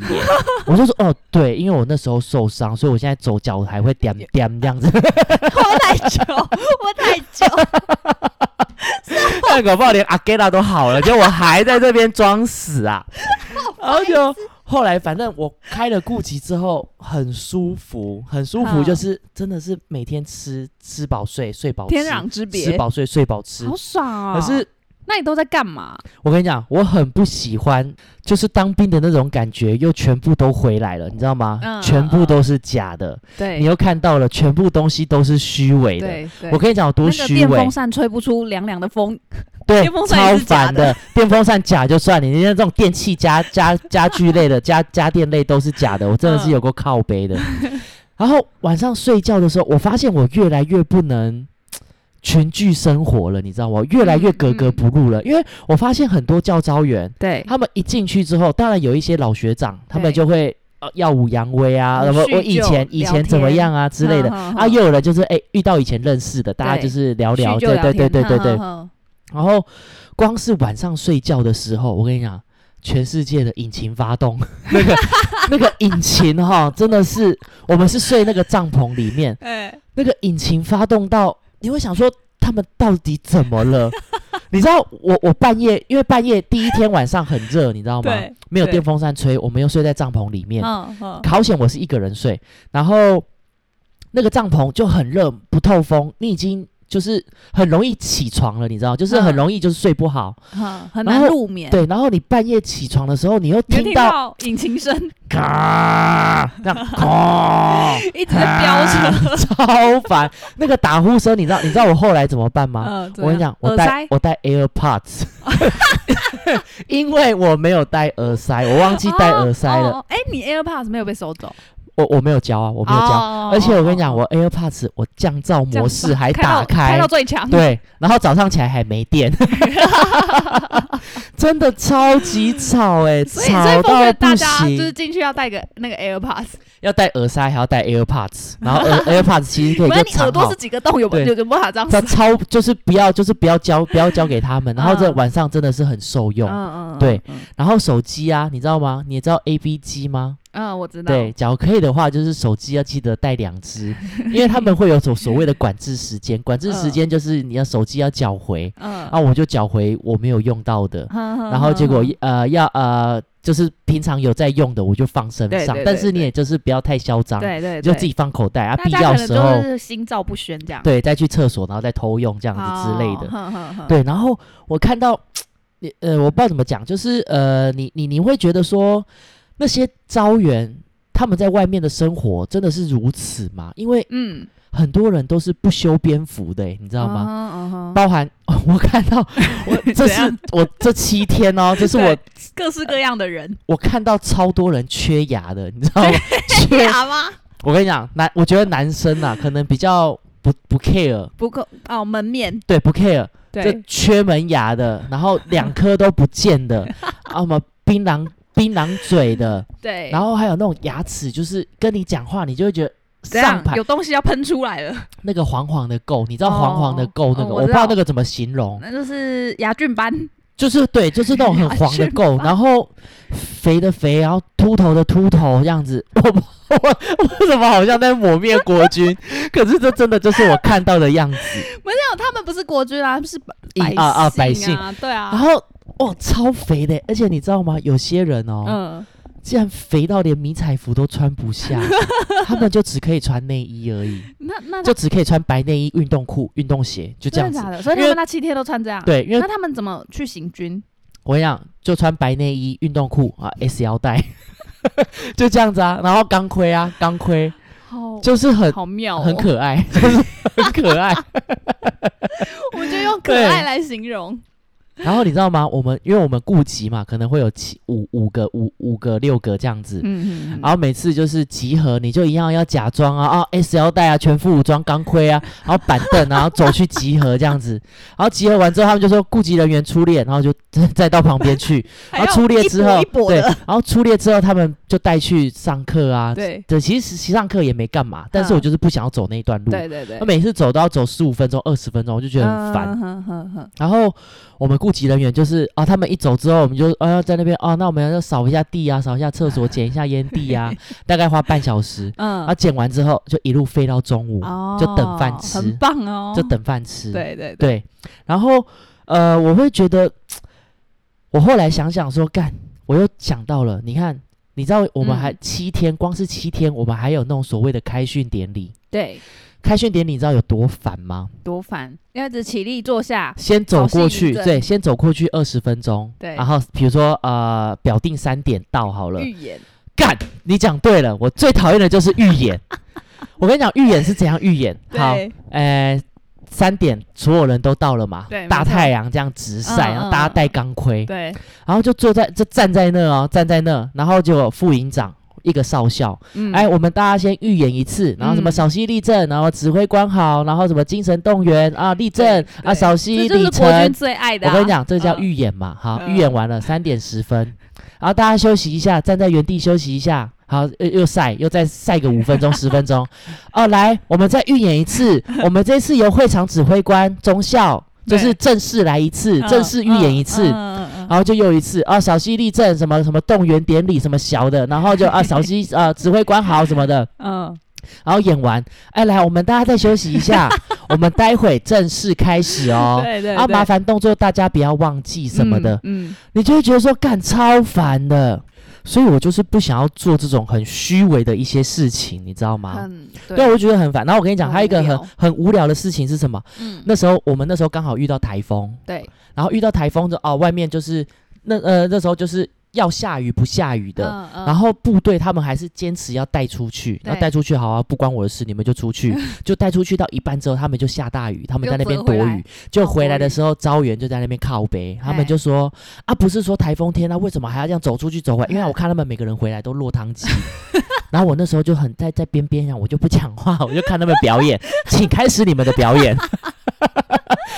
[SPEAKER 1] 我就说哦，对，因为我那时候受伤，所以我现在走脚还会 点点这样子，
[SPEAKER 2] 活太久，活太 久，
[SPEAKER 1] 看搞不好连阿盖拉都好了，结果我还在这边装死 啊。然后就后来反正我开了顾及之后很舒服，很舒服，
[SPEAKER 2] 好
[SPEAKER 1] 就是真的是每天吃吃饱睡，睡饱吃，
[SPEAKER 2] 天壤之别
[SPEAKER 1] 吃，饱睡，睡饱吃
[SPEAKER 2] 好。爽啊！
[SPEAKER 1] 可是
[SPEAKER 2] 那你都在干嘛？
[SPEAKER 1] 我跟你讲，我很不喜欢，就是当兵的那种感觉，又全部都回来了，你知道吗？
[SPEAKER 2] 嗯
[SPEAKER 1] 全部都是假的，
[SPEAKER 2] 对，
[SPEAKER 1] 你又看到了，全部东西都是虚伪的。
[SPEAKER 2] 对对，
[SPEAKER 1] 我跟你讲有多
[SPEAKER 2] 那个
[SPEAKER 1] 虚
[SPEAKER 2] 电
[SPEAKER 1] 伪
[SPEAKER 2] 风，扇吹不出凉凉的风，
[SPEAKER 1] 对
[SPEAKER 2] 电风，扇也
[SPEAKER 1] 超
[SPEAKER 2] 是假
[SPEAKER 1] 烦的。电风扇假就算了，你像这种电器家家家具类的、家家电类都是假的，我真的是有够靠背的。然后晚上睡觉的时候，我发现我越来越不能群聚生活了，你知道吗？越来越格格不入了，因为我发现很多教招员，
[SPEAKER 2] 对，
[SPEAKER 1] 他们一进去之后，当然有一些老学长，他们
[SPEAKER 2] 对
[SPEAKER 1] 就会呃耀武扬威啊，什
[SPEAKER 2] 嗯
[SPEAKER 1] 么
[SPEAKER 2] 叙
[SPEAKER 1] 我以
[SPEAKER 2] 旧
[SPEAKER 1] 前以
[SPEAKER 2] 聊
[SPEAKER 1] 前怎么
[SPEAKER 2] 天
[SPEAKER 1] 样啊之类的。
[SPEAKER 2] 啊
[SPEAKER 1] 啊，又有人就是哎、遇到以前认识的，大家
[SPEAKER 2] 对
[SPEAKER 1] 就是聊聊，
[SPEAKER 2] 叙
[SPEAKER 1] 对
[SPEAKER 2] 旧
[SPEAKER 1] 对对
[SPEAKER 2] 聊天
[SPEAKER 1] 对对对。
[SPEAKER 2] 哼
[SPEAKER 1] 然后光是晚上睡觉的时候，我跟你讲，全世界的引擎发动， 那 个那个引擎哈，真的是我们是睡那个帐篷里 面，
[SPEAKER 2] 哎，
[SPEAKER 1] 那个引擎发动到，你会想说他们到底怎么 了？你知道我我半夜，因为半夜第一天晚上很热，你知道吗？
[SPEAKER 2] 对，
[SPEAKER 1] 没有
[SPEAKER 2] 对
[SPEAKER 1] 电风扇吹，我们又睡在帐篷里面。
[SPEAKER 2] 嗯嗯，
[SPEAKER 1] 好险我是一个人睡，然后那个帐篷就很热，不透风，你已经就是很容易起床了，你知道，就是很
[SPEAKER 2] 嗯
[SPEAKER 1] 容易就是睡不好。
[SPEAKER 2] 哼
[SPEAKER 1] 然
[SPEAKER 2] 很难
[SPEAKER 1] 后
[SPEAKER 2] 入眠，，
[SPEAKER 1] 对，然后你半夜起床的时候，你又
[SPEAKER 2] 你会
[SPEAKER 1] 听
[SPEAKER 2] 听
[SPEAKER 1] 到
[SPEAKER 2] 到引 擎声
[SPEAKER 1] 嘎，那样嘎，
[SPEAKER 2] 一直在
[SPEAKER 1] 啊
[SPEAKER 2] 飙车，
[SPEAKER 1] 超烦。那个打呼声，你知道，你知道我后来怎么办吗？
[SPEAKER 2] 嗯，怎
[SPEAKER 1] 我跟你
[SPEAKER 2] 样
[SPEAKER 1] 讲，我
[SPEAKER 2] 耳
[SPEAKER 1] 戴
[SPEAKER 2] 塞
[SPEAKER 1] 我戴 AirPods，因为我没有戴耳塞，我忘记戴耳塞了。
[SPEAKER 2] 哦。哦哎，你 AirPods 没有被收走，
[SPEAKER 1] 我我没有教啊，我没有教。
[SPEAKER 2] 哦
[SPEAKER 1] 而且我跟你讲，
[SPEAKER 2] 哦
[SPEAKER 1] 我 AirPods 我降噪模式还
[SPEAKER 2] 开到
[SPEAKER 1] 打开，
[SPEAKER 2] 开到最强，
[SPEAKER 1] 对，然后早上起来还没电，真的超级吵哎、
[SPEAKER 2] 所以所以
[SPEAKER 1] 吵
[SPEAKER 2] 奉
[SPEAKER 1] 到
[SPEAKER 2] 劝大
[SPEAKER 1] 不
[SPEAKER 2] 家就是
[SPEAKER 1] 行。
[SPEAKER 2] 进去要带个那个 AirPods，
[SPEAKER 1] 要戴耳塞还要戴 AirPods，然后耳 AirPods 其实可以
[SPEAKER 2] 不然
[SPEAKER 1] 就
[SPEAKER 2] 你
[SPEAKER 1] 藏
[SPEAKER 2] 耳朵
[SPEAKER 1] 好
[SPEAKER 2] 是。几个洞，有
[SPEAKER 1] 对
[SPEAKER 2] 有有办法这样
[SPEAKER 1] 它
[SPEAKER 2] 塞？
[SPEAKER 1] 超就是不要就是不要交不要交给他 们，然后这
[SPEAKER 2] 嗯
[SPEAKER 1] 晚上真的是很受用。
[SPEAKER 2] 嗯嗯，
[SPEAKER 1] 对
[SPEAKER 2] 嗯，
[SPEAKER 1] 然后手机啊，你知道吗？你也知道 A B 机吗？
[SPEAKER 2] 嗯，我知道，
[SPEAKER 1] 对，假如可以的话，就是手机要记得带两 只，因为他们会有所所谓的管制时间，管制时间就是你要手机要缴回，
[SPEAKER 2] 嗯，
[SPEAKER 1] 啊，我就缴回我没有用到的，
[SPEAKER 2] 然
[SPEAKER 1] 然后结果呃要呃就是平常有在用的我就放身
[SPEAKER 2] 对
[SPEAKER 1] 上
[SPEAKER 2] 对，
[SPEAKER 1] 但
[SPEAKER 2] 对
[SPEAKER 1] 是你
[SPEAKER 2] 对
[SPEAKER 1] 也就是不要太嚣张，
[SPEAKER 2] 对对，
[SPEAKER 1] 就
[SPEAKER 2] 对
[SPEAKER 1] 自己放口袋啊，
[SPEAKER 2] 大
[SPEAKER 1] 必
[SPEAKER 2] 家
[SPEAKER 1] 要
[SPEAKER 2] 可
[SPEAKER 1] 的
[SPEAKER 2] 能
[SPEAKER 1] 时候
[SPEAKER 2] 就是心照不宣这样，
[SPEAKER 1] 对再去厕所，然后再偷用这样子
[SPEAKER 2] 哦，
[SPEAKER 1] 之类的。
[SPEAKER 2] 哼哼哼
[SPEAKER 1] 对，然后我看到，你呃，我不知道怎么讲，就是呃，你你你会觉得说那些招员他们在外面的生活真的是如此吗？因为
[SPEAKER 2] 嗯，
[SPEAKER 1] 很多人都是不修边幅的欸、你知
[SPEAKER 2] 知
[SPEAKER 1] 道吗？
[SPEAKER 2] 吗？
[SPEAKER 1] 包含、 哦我看 到我 这
[SPEAKER 2] 嗯怎
[SPEAKER 1] 是
[SPEAKER 2] 样
[SPEAKER 1] 我这七天哦，这是我
[SPEAKER 2] 对各式各样 的人，
[SPEAKER 1] 我看到超多人缺牙的，你知 道吗？缺，
[SPEAKER 2] 假吗？
[SPEAKER 1] 我跟你讲，男我觉得男生啊，可能比较不不 care，
[SPEAKER 2] 不够哦，门面
[SPEAKER 1] 对，不 care，就
[SPEAKER 2] 对，
[SPEAKER 1] 缺门牙的，然后两颗都不见 的，啊，什么槟榔槟榔嘴的，
[SPEAKER 2] 对，
[SPEAKER 1] 然后还有那种牙齿，就是跟你讲话，你就会觉得
[SPEAKER 2] 这样
[SPEAKER 1] 上排
[SPEAKER 2] 有东西要喷出来了，那
[SPEAKER 1] 那个黄黄的垢，你知道黄黄的
[SPEAKER 2] 哦
[SPEAKER 1] 垢那
[SPEAKER 2] 哦
[SPEAKER 1] 个，我不
[SPEAKER 2] 我知
[SPEAKER 1] 知道
[SPEAKER 2] 道
[SPEAKER 1] 那个怎么形容，
[SPEAKER 2] 那就是牙菌斑，
[SPEAKER 1] 就是对，就是那种很
[SPEAKER 2] 牙
[SPEAKER 1] 黄的
[SPEAKER 2] 菌
[SPEAKER 1] 垢，然后肥的肥，然后秃头的秃头这样子， 我我为什么好像在抹灭国军？可是这真的就是我看到的样子，
[SPEAKER 2] 没有，他们不是国军啊，他们是百
[SPEAKER 1] 一啊啊百姓
[SPEAKER 2] 姓，啊，对
[SPEAKER 1] 然
[SPEAKER 2] 啊，
[SPEAKER 1] 后。哦，超肥的，而且你知道吗？有些人哦，
[SPEAKER 2] 嗯，
[SPEAKER 1] 竟然肥到连迷彩服都穿不下，他们就只可以穿内衣而已，
[SPEAKER 2] 那那
[SPEAKER 1] 就只可以穿白内衣、运动裤、运动鞋，就这
[SPEAKER 2] 真
[SPEAKER 1] 样
[SPEAKER 2] 的
[SPEAKER 1] 子。
[SPEAKER 2] 假的？所以他
[SPEAKER 1] 因为
[SPEAKER 2] 们那七天都穿这样，，
[SPEAKER 1] 对，因
[SPEAKER 2] 那
[SPEAKER 1] 为
[SPEAKER 2] 他们怎么去行军？
[SPEAKER 1] 我跟你讲，就穿白内衣、运动裤啊，S 腰带， 就这样子啊。然后钢盔 啊，钢盔
[SPEAKER 2] 好，
[SPEAKER 1] 就是很、
[SPEAKER 2] 好妙哦，
[SPEAKER 1] 很可爱， 就是很可爱。
[SPEAKER 2] 我就用可
[SPEAKER 1] 对
[SPEAKER 2] 爱来形容，
[SPEAKER 1] 然后你知道吗？我们因为我们顾集嘛，可能会有七五五个、五五个、六个这样子。
[SPEAKER 2] 嗯
[SPEAKER 1] 然后每次就是集合，你就一样要假装啊啊 S 腰带啊，全副武装，钢盔啊，然后板凳，然后走去集合这样子。然后集合完之后，他们就说顾及人员出列，然后就再到旁边去。然后出列之后，对，然后出列之后，他们就带去上课啊。
[SPEAKER 2] 对
[SPEAKER 1] 对，其实其实上课也没干嘛，但是
[SPEAKER 2] 嗯
[SPEAKER 1] 我就是不想要走那一段路。
[SPEAKER 2] 对对对
[SPEAKER 1] 我，每次走都要走十五分钟、二十分钟，我就觉得很烦。
[SPEAKER 2] 嗯哼哼哼
[SPEAKER 1] 然后我们顾及人员就是啊，他们一走之后，我们就呃在那边啊，那我们要扫一下地啊，扫一下厕所，捡一下烟蒂 啊，大概花半小时。
[SPEAKER 2] 嗯
[SPEAKER 1] 啊，捡完之后就一路飞到中午，
[SPEAKER 2] 哦
[SPEAKER 1] 啊就等饭吃
[SPEAKER 2] 很棒哦，
[SPEAKER 1] 就等饭吃。
[SPEAKER 2] 对对对，
[SPEAKER 1] 对，然后呃，我会觉得，我后来想想说，干，我又想到了，你看，你知道我们还
[SPEAKER 2] 嗯
[SPEAKER 1] 七天，光是七天，我们还有那种所谓的开训典礼。
[SPEAKER 2] 对，
[SPEAKER 1] 开训典礼你知道有多烦吗？
[SPEAKER 2] 多烦，要一直起立坐下，
[SPEAKER 1] 先走
[SPEAKER 2] 早睡
[SPEAKER 1] 过
[SPEAKER 2] 一
[SPEAKER 1] 去，
[SPEAKER 2] 阵
[SPEAKER 1] 对，先走过去二十分钟，
[SPEAKER 2] 对
[SPEAKER 1] 然后比如说呃，表定三点到好了，
[SPEAKER 2] 预言，
[SPEAKER 1] 干，你讲对了，我最讨厌的就是预演。 我跟你讲，预演是怎样预演？好，
[SPEAKER 2] 对，
[SPEAKER 1] 呃，三点所有人都到了嘛
[SPEAKER 2] 对，
[SPEAKER 1] 大
[SPEAKER 2] 没错
[SPEAKER 1] 太阳这样直晒，
[SPEAKER 2] 嗯
[SPEAKER 1] 然后大家
[SPEAKER 2] 嗯
[SPEAKER 1] 戴钢盔，
[SPEAKER 2] 对，
[SPEAKER 1] 然后就坐在就站在那哦，站在那，然后结果副营长一个少校。
[SPEAKER 2] 嗯
[SPEAKER 1] 哎，我们大家先预演一次，然后什么
[SPEAKER 2] 嗯
[SPEAKER 1] 扫息立正，然后指挥官好，然后什么精神动员啊，立正
[SPEAKER 2] 对
[SPEAKER 1] 啊，
[SPEAKER 2] 对
[SPEAKER 1] 扫息
[SPEAKER 2] 这就是
[SPEAKER 1] 立
[SPEAKER 2] 国军
[SPEAKER 1] 正。
[SPEAKER 2] 最爱的、
[SPEAKER 1] 我跟你，讲，这叫
[SPEAKER 2] 嗯
[SPEAKER 1] 预演嘛。好，
[SPEAKER 2] 嗯
[SPEAKER 1] 预演完了，三点十分，然后大家休息一下，站在原地休息一下。好，又又晒，又再晒个五分 钟、十分钟。哦，来，我们再预演一次。我们这次由会场指挥官中校，就
[SPEAKER 2] 对嗯
[SPEAKER 1] 是正式来一次，正式预演一次。
[SPEAKER 2] 嗯嗯
[SPEAKER 1] 然后就又一次啊，小溪立正，什么什么动员典礼，什么小的，然后就啊，小 溪啊，指挥官好什么的，
[SPEAKER 2] 嗯
[SPEAKER 1] 然后演完，哎，来，我们大家再休息一 下，我们待会正式开始
[SPEAKER 2] 嗯，
[SPEAKER 1] 哦。
[SPEAKER 2] 对对，
[SPEAKER 1] 啊，
[SPEAKER 2] 对
[SPEAKER 1] 麻烦动作大家不要忘记什么的，
[SPEAKER 2] 嗯，
[SPEAKER 1] 你就会觉得说干超烦的，所以我就是不想要做这种很虚伪的一些事情，你知道
[SPEAKER 2] 嗯
[SPEAKER 1] 吗？
[SPEAKER 2] 很
[SPEAKER 1] 对，，我就觉得很烦。然后我跟你讲，
[SPEAKER 2] 很
[SPEAKER 1] 还有一个
[SPEAKER 2] 无
[SPEAKER 1] 很
[SPEAKER 2] 聊
[SPEAKER 1] 很无聊的事情是什么？
[SPEAKER 2] 嗯，
[SPEAKER 1] 那时候我们那时候刚好遇到台风，
[SPEAKER 2] 对，
[SPEAKER 1] 然后遇到台风的哦，外面就是那呃那时候就是要下雨不下雨的，
[SPEAKER 2] 嗯嗯
[SPEAKER 1] 然后部队他们还是坚持要带出去，然后带出去好啊，不关我的事，你们就出 去，就带出去到一半之后，他们就下大雨，他们在那边躲
[SPEAKER 2] 又折回
[SPEAKER 1] 雨
[SPEAKER 2] 来，哦
[SPEAKER 1] 就回来的时候，招员就在那边靠北，他们就说啊，不是说台风天啊，为什么还要这样走出去走
[SPEAKER 2] 嗯
[SPEAKER 1] 回来？因为我看他们每个人回来都落汤鸡。 然后我那时候就很在在边边上，我就不讲话，我就看他们表演，请开始你们的表 演。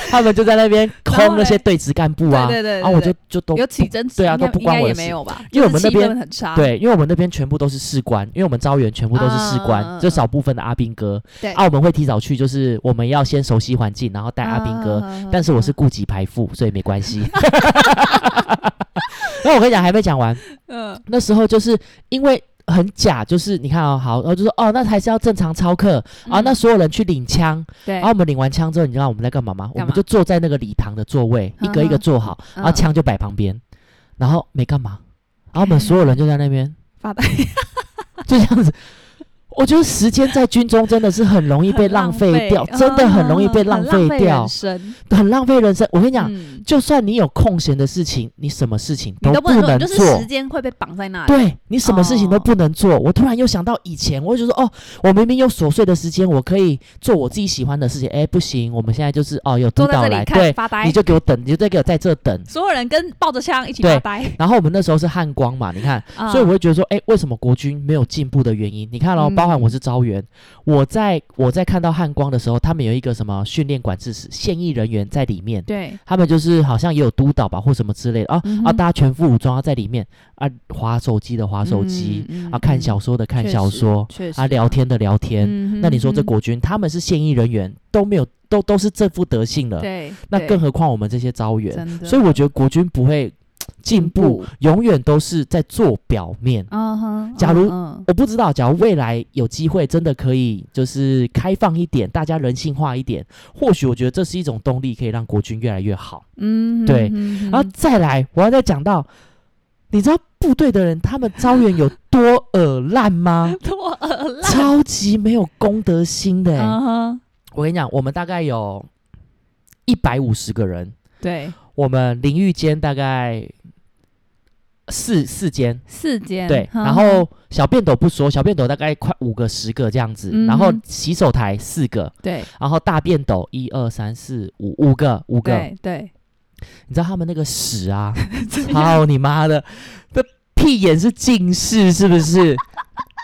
[SPEAKER 1] 他们就在那边
[SPEAKER 2] 然
[SPEAKER 1] 空
[SPEAKER 2] 后
[SPEAKER 1] 那些
[SPEAKER 2] 嘞
[SPEAKER 1] 对职干部
[SPEAKER 2] 对
[SPEAKER 1] 啊，
[SPEAKER 2] 对对，
[SPEAKER 1] 啊，
[SPEAKER 2] 对
[SPEAKER 1] 我
[SPEAKER 2] 对
[SPEAKER 1] 就就都
[SPEAKER 2] 有
[SPEAKER 1] 不
[SPEAKER 2] 起争执，
[SPEAKER 1] 对啊
[SPEAKER 2] 应该
[SPEAKER 1] 都不关
[SPEAKER 2] 应该
[SPEAKER 1] 我
[SPEAKER 2] 也
[SPEAKER 1] 的
[SPEAKER 2] 没
[SPEAKER 1] 事
[SPEAKER 2] 有吧，
[SPEAKER 1] 因为我
[SPEAKER 2] 就
[SPEAKER 1] 们
[SPEAKER 2] 是
[SPEAKER 1] 那
[SPEAKER 2] 气氛
[SPEAKER 1] 边
[SPEAKER 2] 很差，
[SPEAKER 1] 对，因为我们那边全部都是士官，因为我们招员全部都是士官，
[SPEAKER 2] 嗯嗯嗯
[SPEAKER 1] 就少部分的阿兵哥。
[SPEAKER 2] 对
[SPEAKER 1] 啊，我们会提早去，就是我们要先熟悉环境，然后带阿兵哥。
[SPEAKER 2] 啊
[SPEAKER 1] 但是我是顾及排富，所以没关 系。 那我跟你讲，还没讲完。
[SPEAKER 2] 嗯
[SPEAKER 1] 那时候就是因为很假，就是你看哦，好，然后就说哦，那还是要正常操课啊。
[SPEAKER 2] 嗯
[SPEAKER 1] 那所有人去领枪，啊
[SPEAKER 2] 对，
[SPEAKER 1] 然后我们领完枪之后，你知道我们在干嘛吗？我
[SPEAKER 2] 干
[SPEAKER 1] 们
[SPEAKER 2] 嘛
[SPEAKER 1] 就坐在那个礼堂的座位，一个一个
[SPEAKER 2] 嗯哼
[SPEAKER 1] 坐好，然后
[SPEAKER 2] 嗯
[SPEAKER 1] 枪就摆旁边，然后没干嘛，然后我们所有人就在那边
[SPEAKER 2] 发呆，
[SPEAKER 1] 就这样子。我觉得时间在军中真的是很容易被
[SPEAKER 2] 很浪
[SPEAKER 1] 费掉，真的很容易被
[SPEAKER 2] 嗯
[SPEAKER 1] 浪
[SPEAKER 2] 很浪
[SPEAKER 1] 费掉
[SPEAKER 2] 人，生
[SPEAKER 1] 很浪费人生。我跟你讲，
[SPEAKER 2] 嗯
[SPEAKER 1] 就算你有空闲的事情，你什么事情
[SPEAKER 2] 你都
[SPEAKER 1] 不
[SPEAKER 2] 能
[SPEAKER 1] 能
[SPEAKER 2] 就是
[SPEAKER 1] 做
[SPEAKER 2] 时。间会被绑在那里。
[SPEAKER 1] 对你什么事情都
[SPEAKER 2] 哦
[SPEAKER 1] 不能做，我突然又想到以前，我就觉得说哦，我明明有琐碎的时间，我可以做我自己喜欢的事情。哎，不行，我们现在就是哦，有督
[SPEAKER 2] 坐在
[SPEAKER 1] 导
[SPEAKER 2] 这
[SPEAKER 1] 来，
[SPEAKER 2] 里看
[SPEAKER 1] 对，
[SPEAKER 2] 发呆
[SPEAKER 1] 你，就给我等，你就再给我在这等。
[SPEAKER 2] 所有人跟抱着枪一起
[SPEAKER 1] 对
[SPEAKER 2] 发呆，
[SPEAKER 1] 然后我们那时候是汉光嘛，你看，
[SPEAKER 2] 啊
[SPEAKER 1] 所以我会觉得说，哎、为什么国军没有进步的原因？你看哦，
[SPEAKER 2] 嗯
[SPEAKER 1] 包含我是招员，我在我在看到汉光的时候，他们有一个什么训练管制室，现役人员在里面，
[SPEAKER 2] 对
[SPEAKER 1] 他们就是好像也有督导吧，或什么之类的啊、
[SPEAKER 2] 嗯
[SPEAKER 1] 啊，
[SPEAKER 2] 哼
[SPEAKER 1] 大家全副武装啊在里面啊，划手机的划手机、
[SPEAKER 2] 嗯
[SPEAKER 1] 啊，看小说的看小说，
[SPEAKER 2] 确实
[SPEAKER 1] 啊，聊天的聊天。
[SPEAKER 2] 嗯
[SPEAKER 1] 那你说这
[SPEAKER 2] 哼
[SPEAKER 1] 国军他们是现役人员都没有都都是正副德性了，
[SPEAKER 2] 对，
[SPEAKER 1] 那
[SPEAKER 2] 对
[SPEAKER 1] 更何况我们这些招员，
[SPEAKER 2] 真的，
[SPEAKER 1] 所以我觉得国军不会进步
[SPEAKER 2] 步，
[SPEAKER 1] 永远都是在做表面。
[SPEAKER 2] 嗯哼，
[SPEAKER 1] 假如
[SPEAKER 2] 嗯
[SPEAKER 1] 我不知道，假如未来有机会，真的可以就是开放一点，大家人性化一点，或许我觉得这是一种动力，可以让国军越来越好。
[SPEAKER 2] 嗯，嗯
[SPEAKER 1] 对啊
[SPEAKER 2] 嗯嗯？
[SPEAKER 1] 然后再来，我要再讲到，你知道部队的人他们招员有多恶烂吗
[SPEAKER 2] 多恶 烂，
[SPEAKER 1] 超级没有公德心的欸、
[SPEAKER 2] 嗯哼，
[SPEAKER 1] 我跟你讲，我们大概有一百五十个人，
[SPEAKER 2] 对，
[SPEAKER 1] 我们淋浴间大概四四间，
[SPEAKER 2] 四间，
[SPEAKER 1] 对，
[SPEAKER 2] 嗯
[SPEAKER 1] 然后小便斗不说，小便斗大概快五个十个这样子，
[SPEAKER 2] 嗯哼
[SPEAKER 1] 然后洗手台四个，
[SPEAKER 2] 对
[SPEAKER 1] 然后大便斗一二三四五五个五个，
[SPEAKER 2] 对对，
[SPEAKER 1] 你知道他们那个屎啊， 操你妈的，这屁眼是近视是不 是？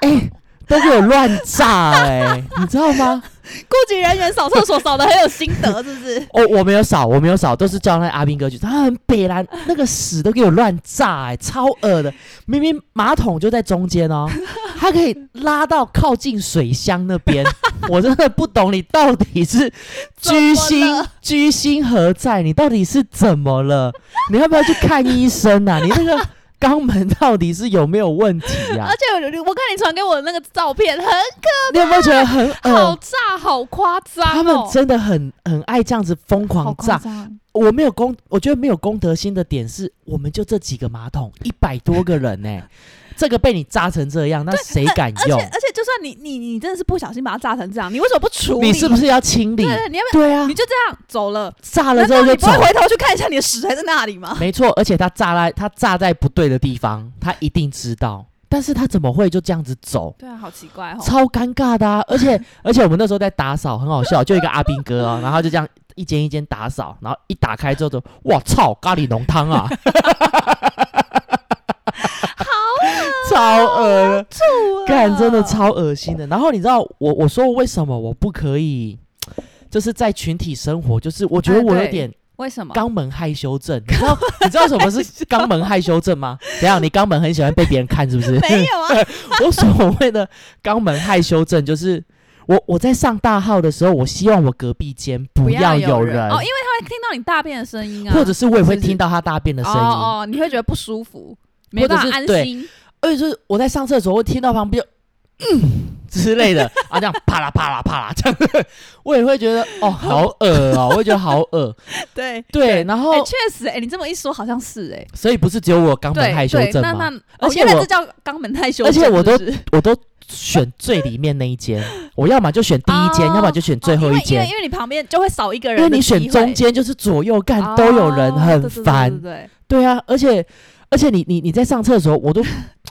[SPEAKER 1] 哎、都给我乱炸哎、你知道吗？
[SPEAKER 2] 顾及人员扫厕所扫的很有心得，是不 是？
[SPEAKER 1] 哦，我没有扫，我没有扫，都是叫那阿兵哥去。他很北蓝，那个屎都给我乱炸、欸，超恶的。明明马桶就在中间 哦，他可以拉到靠近水箱那边。 我真的不懂你到底是
[SPEAKER 2] 怎么
[SPEAKER 1] 居心
[SPEAKER 2] 了
[SPEAKER 1] 居心何在？你到底是怎么了？你要不要去看医生啊？你那个肛门到底是有没有问题 呀、
[SPEAKER 2] 而且我我看你传给我的那个照片，很
[SPEAKER 1] 你有没有觉得很
[SPEAKER 2] 好哦
[SPEAKER 1] 恶？
[SPEAKER 2] 炸，好夸张哦，
[SPEAKER 1] 他们真的很很爱这样子疯
[SPEAKER 2] 好
[SPEAKER 1] 狂炸
[SPEAKER 2] 夸，张，
[SPEAKER 1] 我没有公，我觉得没有公德心的点是，我们就这几个马桶，一百多个人呢、欸 这个被你炸成这样，那谁敢
[SPEAKER 2] 而且
[SPEAKER 1] 用？
[SPEAKER 2] 而且就算你你你真的是不小心把它炸成这样，你为什么不处理？
[SPEAKER 1] 你是不是要清理
[SPEAKER 2] 对？对，你要不
[SPEAKER 1] 对啊
[SPEAKER 2] 要？你，就这样走了，
[SPEAKER 1] 炸了
[SPEAKER 2] 难
[SPEAKER 1] 之
[SPEAKER 2] 道
[SPEAKER 1] 后
[SPEAKER 2] 你
[SPEAKER 1] 就
[SPEAKER 2] 不
[SPEAKER 1] 走
[SPEAKER 2] 会。回头去看一下你的屎还在那里吗？
[SPEAKER 1] 没错，而且他炸在他炸在不对的地方，他一定知道。但是他怎么会就这样子走？
[SPEAKER 2] 对啊，好奇怪哦。
[SPEAKER 1] 超尴尬的啊！而且而且我们那时候在打扫，很好笑，就一个阿兵哥哦，然 后就这样一间一间打扫，然后一打开之后就，哇操，咖喱浓汤啊！超恶的，
[SPEAKER 2] 住啊
[SPEAKER 1] 干真的超恶心的。然后你知道我我说为什么我不可以，就是在群体生活，就是我觉得
[SPEAKER 2] 哎
[SPEAKER 1] 我有
[SPEAKER 2] 对
[SPEAKER 1] 点
[SPEAKER 2] 为什么？
[SPEAKER 1] 肛门害羞症，你知道你知道什么是肛门害羞症吗？怎样？你肛门很喜欢被别人看是不是？
[SPEAKER 2] 没有啊，
[SPEAKER 1] 我所谓的肛门害羞症就是。我我在上大号的时候，我希望我隔壁间不
[SPEAKER 2] 要
[SPEAKER 1] 有
[SPEAKER 2] 人哦，因为他会听到你大便的声音啊，
[SPEAKER 1] 或者是我也会
[SPEAKER 2] 是不是
[SPEAKER 1] 听到他大便的声音，
[SPEAKER 2] 哦哦，哦你会觉得不舒服，没办法安
[SPEAKER 1] 对
[SPEAKER 2] 心。
[SPEAKER 1] 而且就是我在上厕所会听到旁边就嗯 之类的啊，这样啪啦啪啦啪啦这样， 我也会觉得哦好恶哦，我会觉得好恶。
[SPEAKER 2] 对，
[SPEAKER 1] 对，哦然
[SPEAKER 2] 哎，
[SPEAKER 1] 后
[SPEAKER 2] 确实，哎，你这么一说，好像是哎，
[SPEAKER 1] 所以不是只有我有肛门
[SPEAKER 2] 对
[SPEAKER 1] 害羞
[SPEAKER 2] 对，
[SPEAKER 1] 症
[SPEAKER 2] 那
[SPEAKER 1] 吗？
[SPEAKER 2] 那，
[SPEAKER 1] 而
[SPEAKER 2] 哦
[SPEAKER 1] 且
[SPEAKER 2] 原来
[SPEAKER 1] 我
[SPEAKER 2] 这叫肛门害羞
[SPEAKER 1] 而
[SPEAKER 2] 症，
[SPEAKER 1] 且我
[SPEAKER 2] 是
[SPEAKER 1] 都
[SPEAKER 2] 不是
[SPEAKER 1] 我都选最里面那一 间，我要么就选第一间，
[SPEAKER 2] 哦
[SPEAKER 1] 要么就选最后一
[SPEAKER 2] 哦因为因为
[SPEAKER 1] 间。
[SPEAKER 2] 因为你旁边就会少一个
[SPEAKER 1] 因
[SPEAKER 2] 人
[SPEAKER 1] 为
[SPEAKER 2] 的
[SPEAKER 1] 你
[SPEAKER 2] 机会，
[SPEAKER 1] 选中间就是左右干
[SPEAKER 2] 哦
[SPEAKER 1] 都有人，很烦
[SPEAKER 2] 对。对对对
[SPEAKER 1] 对啊，而且而且你你你在上厕所，我都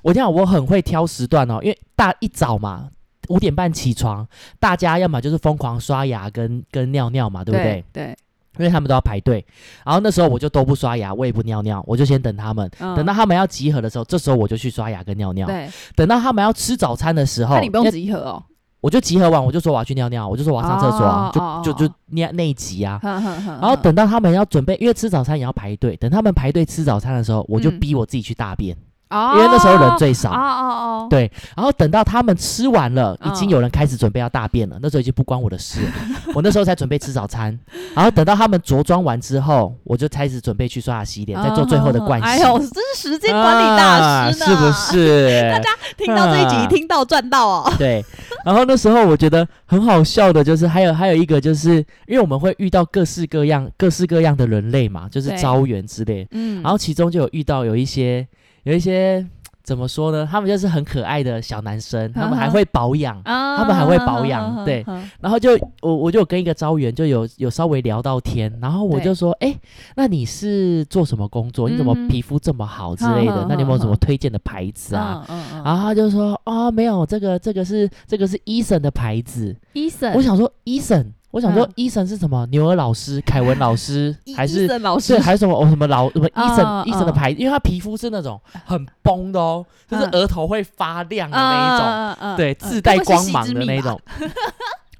[SPEAKER 1] 我讲我很会挑时段哦，因为大一早嘛，五点半起床，大家要么就是疯狂刷牙跟跟尿尿嘛，对
[SPEAKER 2] 对
[SPEAKER 1] 不对？
[SPEAKER 2] 对对，
[SPEAKER 1] 因为他们都要排队，然后那时候我就都不刷牙，我也不尿尿，我就先等他们。
[SPEAKER 2] 嗯
[SPEAKER 1] 等到他们要集合的时候，这时候我就去刷牙跟尿尿。
[SPEAKER 2] 对，
[SPEAKER 1] 等到他们要吃早餐的时候
[SPEAKER 2] 那，你不用
[SPEAKER 1] 要
[SPEAKER 2] 集合哦，
[SPEAKER 1] 我就集合完，我就说我要去尿尿，我就说我要上厕所啊，
[SPEAKER 2] 哦
[SPEAKER 1] 就
[SPEAKER 2] 哦
[SPEAKER 1] 就
[SPEAKER 2] 哦
[SPEAKER 1] 就那那一集啊。
[SPEAKER 2] 哼哼哼
[SPEAKER 1] 然后
[SPEAKER 2] 哼
[SPEAKER 1] 等到他们要准备，因为吃早餐也要排队。等他们排队吃早餐的时候，我就
[SPEAKER 2] 嗯
[SPEAKER 1] 逼我自己去大便，
[SPEAKER 2] 哦
[SPEAKER 1] 因为那时候人最少。
[SPEAKER 2] 哦哦哦，
[SPEAKER 1] 对，然后等到他们吃完了，已经
[SPEAKER 2] 嗯
[SPEAKER 1] 有人开始准备要大便了，那时候已经不关我的事 了我那时候才准备吃早餐，然后等到他们着装完之后，我就开始准备去刷牙洗脸，再做最后的盥洗。
[SPEAKER 2] 嗯哎呦，真是时间管理大师呢，
[SPEAKER 1] 啊是不？是？
[SPEAKER 2] 大家听到这一集，
[SPEAKER 1] 啊
[SPEAKER 2] 听到赚到哦。
[SPEAKER 1] 对，然后那时候我觉得很好笑的，就是还有还有一个，就是因为我们会遇到各式各样、各式各样的人类嘛，就是
[SPEAKER 2] 对
[SPEAKER 1] 招员之类，
[SPEAKER 2] 嗯
[SPEAKER 1] 然后其中就有遇到有一些有一些怎么说呢，他们就是很可爱的小男生，他们还
[SPEAKER 2] 嗯哼
[SPEAKER 1] 会保养，
[SPEAKER 2] 他
[SPEAKER 1] 他们还会保养
[SPEAKER 2] 嗯
[SPEAKER 1] 对，
[SPEAKER 2] 哼
[SPEAKER 1] 然后就我我就有跟一个招员就有有稍微聊到天，然后我
[SPEAKER 2] 对
[SPEAKER 1] 就说，哎、那你是做什么工作？你怎么
[SPEAKER 2] 嗯哼嗯
[SPEAKER 1] 皮肤这么好之类的？
[SPEAKER 2] 哼
[SPEAKER 1] 那你有没有
[SPEAKER 2] 哼
[SPEAKER 1] 什么
[SPEAKER 2] 哼
[SPEAKER 1] 推荐的牌子啊？，
[SPEAKER 2] 嗯嗯
[SPEAKER 1] 然后他就说：“哦，没有，这个这个是这个是医生的牌子。
[SPEAKER 2] 医生，
[SPEAKER 1] 我想说医生，我想说
[SPEAKER 2] 嗯
[SPEAKER 1] 医生是什么？牛儿老师、凯文老 师
[SPEAKER 2] 医
[SPEAKER 1] 还
[SPEAKER 2] 医
[SPEAKER 1] 是？
[SPEAKER 2] 生老
[SPEAKER 1] 是
[SPEAKER 2] 师
[SPEAKER 1] 还是什么哦什么老什么医
[SPEAKER 2] 嗯
[SPEAKER 1] 生医生的
[SPEAKER 2] 嗯
[SPEAKER 1] 牌子，因为他皮肤是那种很崩的哦，就是
[SPEAKER 2] 嗯
[SPEAKER 1] 额头会发亮的那一种，
[SPEAKER 2] 种
[SPEAKER 1] 对，自带光芒的那一种。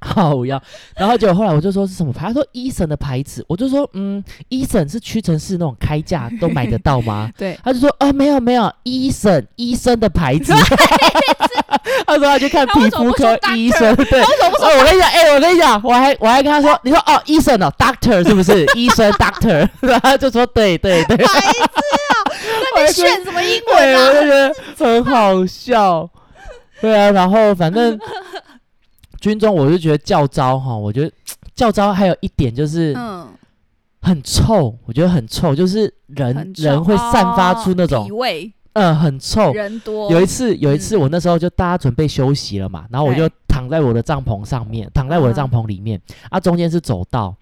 [SPEAKER 1] 好呀，然后结果后来我就说是什么牌，他说医生的牌子，我就说嗯，医生是屈臣氏那种开价都买得到吗？
[SPEAKER 2] 对，
[SPEAKER 1] 他就说啊、没有没有，医生医生的牌子。 他说他去看
[SPEAKER 2] 他为
[SPEAKER 1] 皮
[SPEAKER 2] 什么
[SPEAKER 1] 肤
[SPEAKER 2] 不
[SPEAKER 1] 科
[SPEAKER 2] 说
[SPEAKER 1] 医生，对。哦，我跟你讲，哎、我跟你讲，我还我还跟他说，你说哦，医生哦，doctor 是不 是？医生 doctor，然后他就说对对对，
[SPEAKER 2] 白痴啊，那边炫什么英
[SPEAKER 1] 对，我
[SPEAKER 2] 文
[SPEAKER 1] 就
[SPEAKER 2] 啊？
[SPEAKER 1] 觉得很好笑。对啊，然后反 正军中我就觉得教招哈，我觉得教招还有一点就是
[SPEAKER 2] 嗯，
[SPEAKER 1] 很臭，我觉得很臭，就是人
[SPEAKER 2] 很臭
[SPEAKER 1] 人会散发出那
[SPEAKER 2] 哦
[SPEAKER 1] 种
[SPEAKER 2] 体味，
[SPEAKER 1] 嗯、呃很臭，
[SPEAKER 2] 人多，
[SPEAKER 1] 有一次，有一次，我那时候就大家准备休息了嘛，然后我就躺在我的帐篷上面，躺在我的帐篷里面，啊，中间是走道，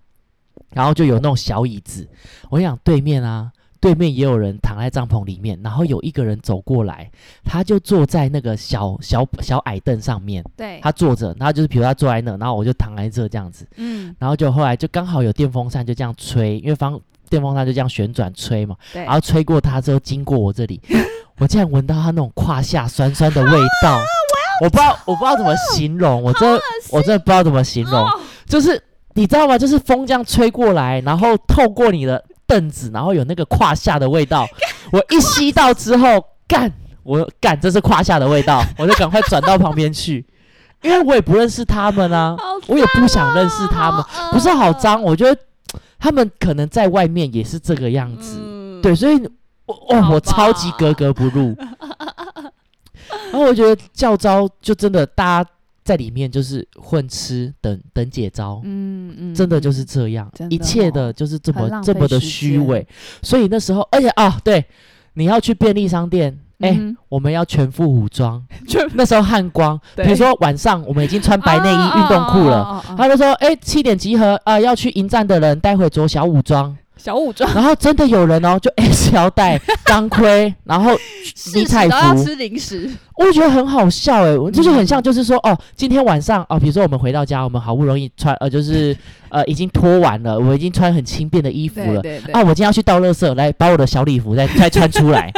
[SPEAKER 1] 然后就有那种小椅子。我想对面啊，对面也有人躺在帐篷里面，然后有一个人走过来，他就坐在那个小小小矮凳上面，
[SPEAKER 2] 对，
[SPEAKER 1] 他坐着，他就是比如他坐在那，然后我就躺在这这样子，
[SPEAKER 2] 嗯，
[SPEAKER 1] 然后就后来就刚好有电风扇就这样吹，因为方电风扇就这样旋转吹嘛，
[SPEAKER 2] 对，
[SPEAKER 1] 然后吹过它之后经过我这里，我竟然闻到它那种胯下酸酸的味道，我不知道我不知道怎么形容，我真的我真的不知道怎么形容，
[SPEAKER 2] 哦
[SPEAKER 1] 就是你知道吗？就是风这样吹过来，然后透过你的凳子，然后有那个胯下的味道，我一吸到之后，干我干这是胯下的味道，我就赶快转到旁边去，因为我也不认识他们啊，
[SPEAKER 2] 好
[SPEAKER 1] 我也不想认识他们，
[SPEAKER 2] 们
[SPEAKER 1] 不是好，
[SPEAKER 2] 嗯
[SPEAKER 1] 脏，我觉得他们可能在外面也是这个样子。
[SPEAKER 2] 嗯，
[SPEAKER 1] 对，所以我哦，
[SPEAKER 2] 好
[SPEAKER 1] 我超级格格不入。 然后我觉得教招就真的大家在里面就是混吃等等解招。
[SPEAKER 2] 嗯嗯，
[SPEAKER 1] 真的就
[SPEAKER 2] 嗯
[SPEAKER 1] 是这样，
[SPEAKER 2] 真
[SPEAKER 1] 一
[SPEAKER 2] 的
[SPEAKER 1] 切
[SPEAKER 2] 哦
[SPEAKER 1] 的就是这
[SPEAKER 2] 很
[SPEAKER 1] 么
[SPEAKER 2] 浪
[SPEAKER 1] 这
[SPEAKER 2] 费
[SPEAKER 1] 么的
[SPEAKER 2] 时
[SPEAKER 1] 虚
[SPEAKER 2] 间
[SPEAKER 1] 伪。所以那时候，而且啊，对，你要去便利商店，哎、
[SPEAKER 2] 嗯哼
[SPEAKER 1] 我们要全副武装。
[SPEAKER 2] 全
[SPEAKER 1] 那时候汉光，比如
[SPEAKER 2] 对哦
[SPEAKER 1] 说晚上我们已经穿白内衣、运动裤了，
[SPEAKER 2] 了
[SPEAKER 1] 他就说，哎、七点集合啊、要去迎战的人待会着小武装。
[SPEAKER 2] 小 武装，
[SPEAKER 1] 然后真的有人哦，就 S 腰带、钢盔，然后迷
[SPEAKER 2] 是
[SPEAKER 1] 彩
[SPEAKER 2] 都要
[SPEAKER 1] 服，
[SPEAKER 2] 吃零食，
[SPEAKER 1] 我觉得很好笑哎，我这就很像就是说哦，今天晚上哦，比如说我们回到家，我们好不容易穿呃就是呃已经脱完了，我已经穿很 轻便的衣服
[SPEAKER 2] 对
[SPEAKER 1] 了啊
[SPEAKER 2] 对 对
[SPEAKER 1] 啊，，我今天要去倒垃圾，来把我的小礼服再再穿出来。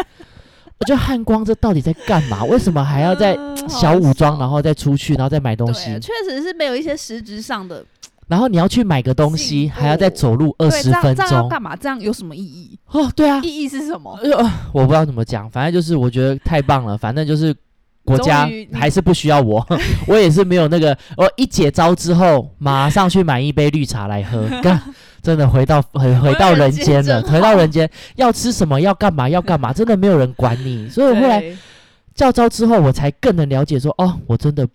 [SPEAKER 1] 我觉得汉光这到底在干嘛？为什么还要在
[SPEAKER 2] 嗯
[SPEAKER 1] 小武装，然
[SPEAKER 2] 好
[SPEAKER 1] 后再出去，然后再买东
[SPEAKER 2] 笑
[SPEAKER 1] 西
[SPEAKER 2] 对，？啊确实是没有一些实质上的
[SPEAKER 1] 然后你要去买个东西，
[SPEAKER 2] 进步
[SPEAKER 1] 还要再走路二
[SPEAKER 2] 对，这
[SPEAKER 1] 十
[SPEAKER 2] 样
[SPEAKER 1] 分
[SPEAKER 2] 这样要
[SPEAKER 1] 钟。
[SPEAKER 2] 干嘛？这样有什么意义？
[SPEAKER 1] 哦，对啊，
[SPEAKER 2] 意义是什么？
[SPEAKER 1] 哎呦 呃我不知道怎么讲，反正就是我觉得太棒了，反正就是国家
[SPEAKER 2] 终于你
[SPEAKER 1] 还是不需要我， 我也是没有那个，我一解招之后马上去买一杯绿茶来喝， 干。真的回到回回到人间了，
[SPEAKER 2] 人间真好
[SPEAKER 1] 回到人间，要吃什么要干嘛要干嘛，真的没有人管你。所以我后来
[SPEAKER 2] 对
[SPEAKER 1] 叫招之后，我才更能了解说，哦，我真的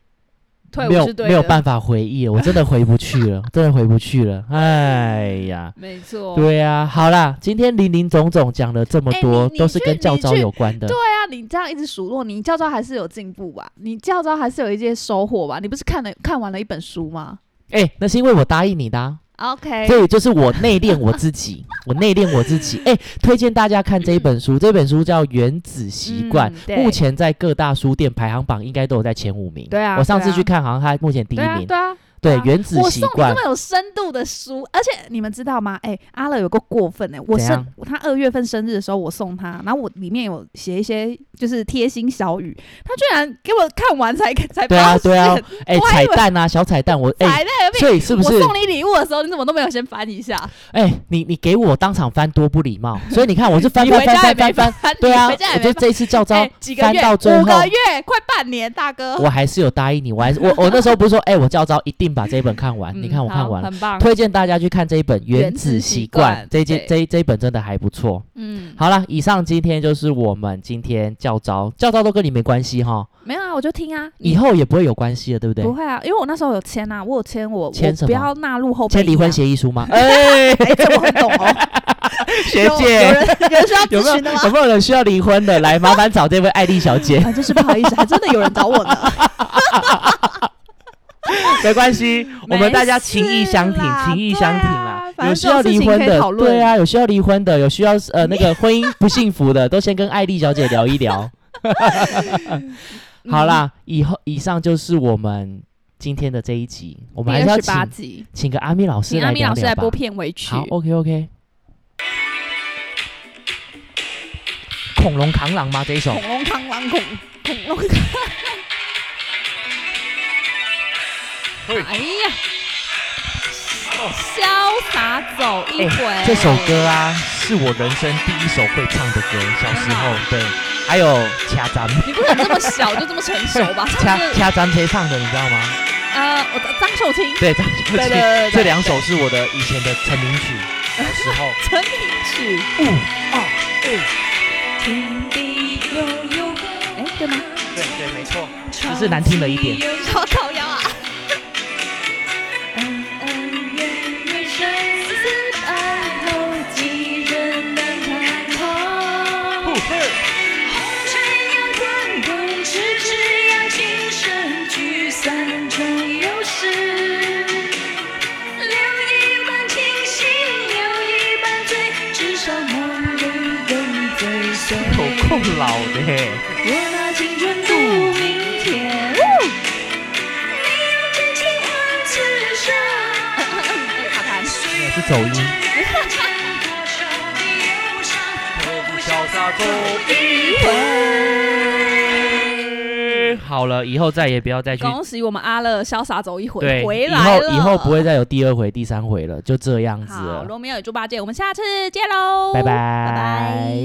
[SPEAKER 2] 退
[SPEAKER 1] 没
[SPEAKER 2] 伍
[SPEAKER 1] 有
[SPEAKER 2] 是对的，
[SPEAKER 1] 没有办法回忆，我真的回不去 了，真的回不去了。哎呀，
[SPEAKER 2] 没错，
[SPEAKER 1] 对啊，好啦，今天林林总总讲了这么
[SPEAKER 2] 哎
[SPEAKER 1] 多，
[SPEAKER 2] 你
[SPEAKER 1] 都
[SPEAKER 2] 你
[SPEAKER 1] 是
[SPEAKER 2] 去
[SPEAKER 1] 跟教
[SPEAKER 2] 你
[SPEAKER 1] 招
[SPEAKER 2] 去
[SPEAKER 1] 有关的。
[SPEAKER 2] 对啊，你这样一直数落，你教招还是有进步吧？你教招还是有一些收获吧？你不是看了看完了一本书吗
[SPEAKER 1] 哎、那是因为我答应你的、啊，
[SPEAKER 2] ？OK，
[SPEAKER 1] 所以就是我内敛我自 己，我内敛我自己。哎、推荐大家看这一本书，这本书叫《原子习惯》
[SPEAKER 2] 嗯对
[SPEAKER 1] 目前在各大书店排行榜应该都有在前五名。
[SPEAKER 2] 对啊
[SPEAKER 1] 我上次
[SPEAKER 2] 对啊
[SPEAKER 1] 去看，好像它目前第一
[SPEAKER 2] 对啊
[SPEAKER 1] 名。
[SPEAKER 2] 对啊，
[SPEAKER 1] 对
[SPEAKER 2] 啊
[SPEAKER 1] 原子
[SPEAKER 2] 我
[SPEAKER 1] 习
[SPEAKER 2] 送你
[SPEAKER 1] 惯
[SPEAKER 2] 这么》有深度的书，而且你们知道吗？哎、阿乐有个过分哎、我
[SPEAKER 1] 怎
[SPEAKER 2] 生
[SPEAKER 1] 样
[SPEAKER 2] 他二月份生日的时候，我送他，然后我里面有写一些就是贴心小语，他居然给我看完才才
[SPEAKER 1] 对啊
[SPEAKER 2] 发现
[SPEAKER 1] 对啊，哎、
[SPEAKER 2] 我还
[SPEAKER 1] 彩
[SPEAKER 2] 以为
[SPEAKER 1] 蛋啊，小彩蛋，我哎、
[SPEAKER 2] 才那个
[SPEAKER 1] 所以是不是
[SPEAKER 2] 我送你礼物的时候，你怎么都没有先翻一下？
[SPEAKER 1] 哎、你你给我当场翻多不礼貌，所以你看我是翻
[SPEAKER 2] 你
[SPEAKER 1] 翻
[SPEAKER 2] 回
[SPEAKER 1] 翻
[SPEAKER 2] 家也
[SPEAKER 1] 翻
[SPEAKER 2] 没
[SPEAKER 1] 翻翻，
[SPEAKER 2] 翻，
[SPEAKER 1] 对啊，
[SPEAKER 2] 你
[SPEAKER 1] 我
[SPEAKER 2] 回家也
[SPEAKER 1] 觉得
[SPEAKER 2] 没翻。
[SPEAKER 1] 这一次教招
[SPEAKER 2] 哎，几个
[SPEAKER 1] 翻
[SPEAKER 2] 月，
[SPEAKER 1] 到最
[SPEAKER 2] 五
[SPEAKER 1] 后
[SPEAKER 2] 个月，快半年，大哥。
[SPEAKER 1] 我还是有答应你，我还是我我那时候不是说，哎、我教招一定把这一本看完，
[SPEAKER 2] 嗯
[SPEAKER 1] 你看我看
[SPEAKER 2] 好
[SPEAKER 1] 完了。
[SPEAKER 2] 很棒。
[SPEAKER 1] 推荐大家去看这一本《原
[SPEAKER 2] 原
[SPEAKER 1] 子
[SPEAKER 2] 子
[SPEAKER 1] 习
[SPEAKER 2] 习
[SPEAKER 1] 惯
[SPEAKER 2] 惯》，
[SPEAKER 1] 这一件
[SPEAKER 2] 对
[SPEAKER 1] 这一这一本真的还不错。
[SPEAKER 2] 嗯，
[SPEAKER 1] 好了，以上今天就是我们今天教招，教招都跟你没关系哈，
[SPEAKER 2] 没有啊，我就听啊。
[SPEAKER 1] 以
[SPEAKER 2] 后
[SPEAKER 1] 后也不会有关系了，对不对
[SPEAKER 2] 不？会啊，因为我那时候有签啊，我有签我
[SPEAKER 1] 签什
[SPEAKER 2] 我不啊
[SPEAKER 1] 么
[SPEAKER 2] 要纳入后备
[SPEAKER 1] 签离婚
[SPEAKER 2] 银行。
[SPEAKER 1] 协议书 吗？哎、
[SPEAKER 2] 哎，这我很懂 哦。
[SPEAKER 1] 学
[SPEAKER 2] 有有
[SPEAKER 1] 姐，
[SPEAKER 2] 人有人需要
[SPEAKER 1] 有没
[SPEAKER 2] 咨
[SPEAKER 1] 有
[SPEAKER 2] 询的吗
[SPEAKER 1] 有？没有人需要离婚的？来，麻烦找这位艾丽小姐，
[SPEAKER 2] 啊，真是不好意思，还真的有人找我 呢。
[SPEAKER 1] 没关系，我们大家情义相挺
[SPEAKER 2] 没事，啦
[SPEAKER 1] 情义相挺啦
[SPEAKER 2] 啊对啊。反
[SPEAKER 1] 有
[SPEAKER 2] 正
[SPEAKER 1] 需要
[SPEAKER 2] 这种
[SPEAKER 1] 离
[SPEAKER 2] 事情
[SPEAKER 1] 婚
[SPEAKER 2] 可
[SPEAKER 1] 的
[SPEAKER 2] 以讨，论
[SPEAKER 1] 对啊，有需要离婚的，有需要呃那 个婚姻不幸福的，都先跟艾丽小姐聊一聊。好啦，
[SPEAKER 2] 嗯
[SPEAKER 1] 以后以上就是我们今天的这一集，我
[SPEAKER 2] 第
[SPEAKER 1] 们还是要
[SPEAKER 2] 二十
[SPEAKER 1] 请
[SPEAKER 2] 八集，
[SPEAKER 1] 请个阿咪老师
[SPEAKER 2] 请
[SPEAKER 1] 来
[SPEAKER 2] 阿米
[SPEAKER 1] 聊
[SPEAKER 2] 老师
[SPEAKER 1] 聊
[SPEAKER 2] 来
[SPEAKER 1] 吧
[SPEAKER 2] 播。片尾曲。
[SPEAKER 1] 好，OK OK。恐龙扛狼吗？这一首
[SPEAKER 2] 恐龙扛狼恐恐龙。
[SPEAKER 3] 嘿
[SPEAKER 2] 哎呀，潇洒走一回。
[SPEAKER 1] 这首歌啊，是我人生第一首会唱的歌，小时候对，还有掐咱们。
[SPEAKER 2] 你不能这么小就这么成熟 吧？
[SPEAKER 1] 掐
[SPEAKER 2] 像是
[SPEAKER 1] 掐咱谁唱的，你知道吗？
[SPEAKER 2] 呃，我张秀清
[SPEAKER 1] 对，张秀
[SPEAKER 2] 对对
[SPEAKER 1] 清。
[SPEAKER 2] 对对
[SPEAKER 1] 这两首是我的以前的成名曲，小时候。
[SPEAKER 2] 成名曲。
[SPEAKER 1] 五二
[SPEAKER 2] 天地悠悠，哎，对吗？
[SPEAKER 1] 五，对对，没错，只是难听了一点。
[SPEAKER 2] 好烤腰啊！
[SPEAKER 4] 恩恩怨怨，生死白头，几人能看透？
[SPEAKER 2] 嗯
[SPEAKER 4] 红尘呀滚滚，痴痴呀情深，聚散终有时。留一半清醒，留一半醉，至少梦里跟追随。
[SPEAKER 1] 有够老的嘿，
[SPEAKER 4] 我拿青春赌明天，你用真情换此 生。
[SPEAKER 2] 卡痰。
[SPEAKER 1] 也是走音。
[SPEAKER 3] 何不潇洒走一回？
[SPEAKER 1] 好了，以后再也不要再去。
[SPEAKER 2] 恭喜我们阿乐潇洒走一回，
[SPEAKER 1] 对，
[SPEAKER 2] 回
[SPEAKER 1] 以
[SPEAKER 2] 来
[SPEAKER 1] 后
[SPEAKER 2] 了。
[SPEAKER 1] 以后不会再有第二回、第三回了，就这样子
[SPEAKER 2] 好，
[SPEAKER 1] 了。
[SPEAKER 2] 罗密欧与猪八戒，我们下次见喽，
[SPEAKER 1] 拜拜
[SPEAKER 2] 拜拜。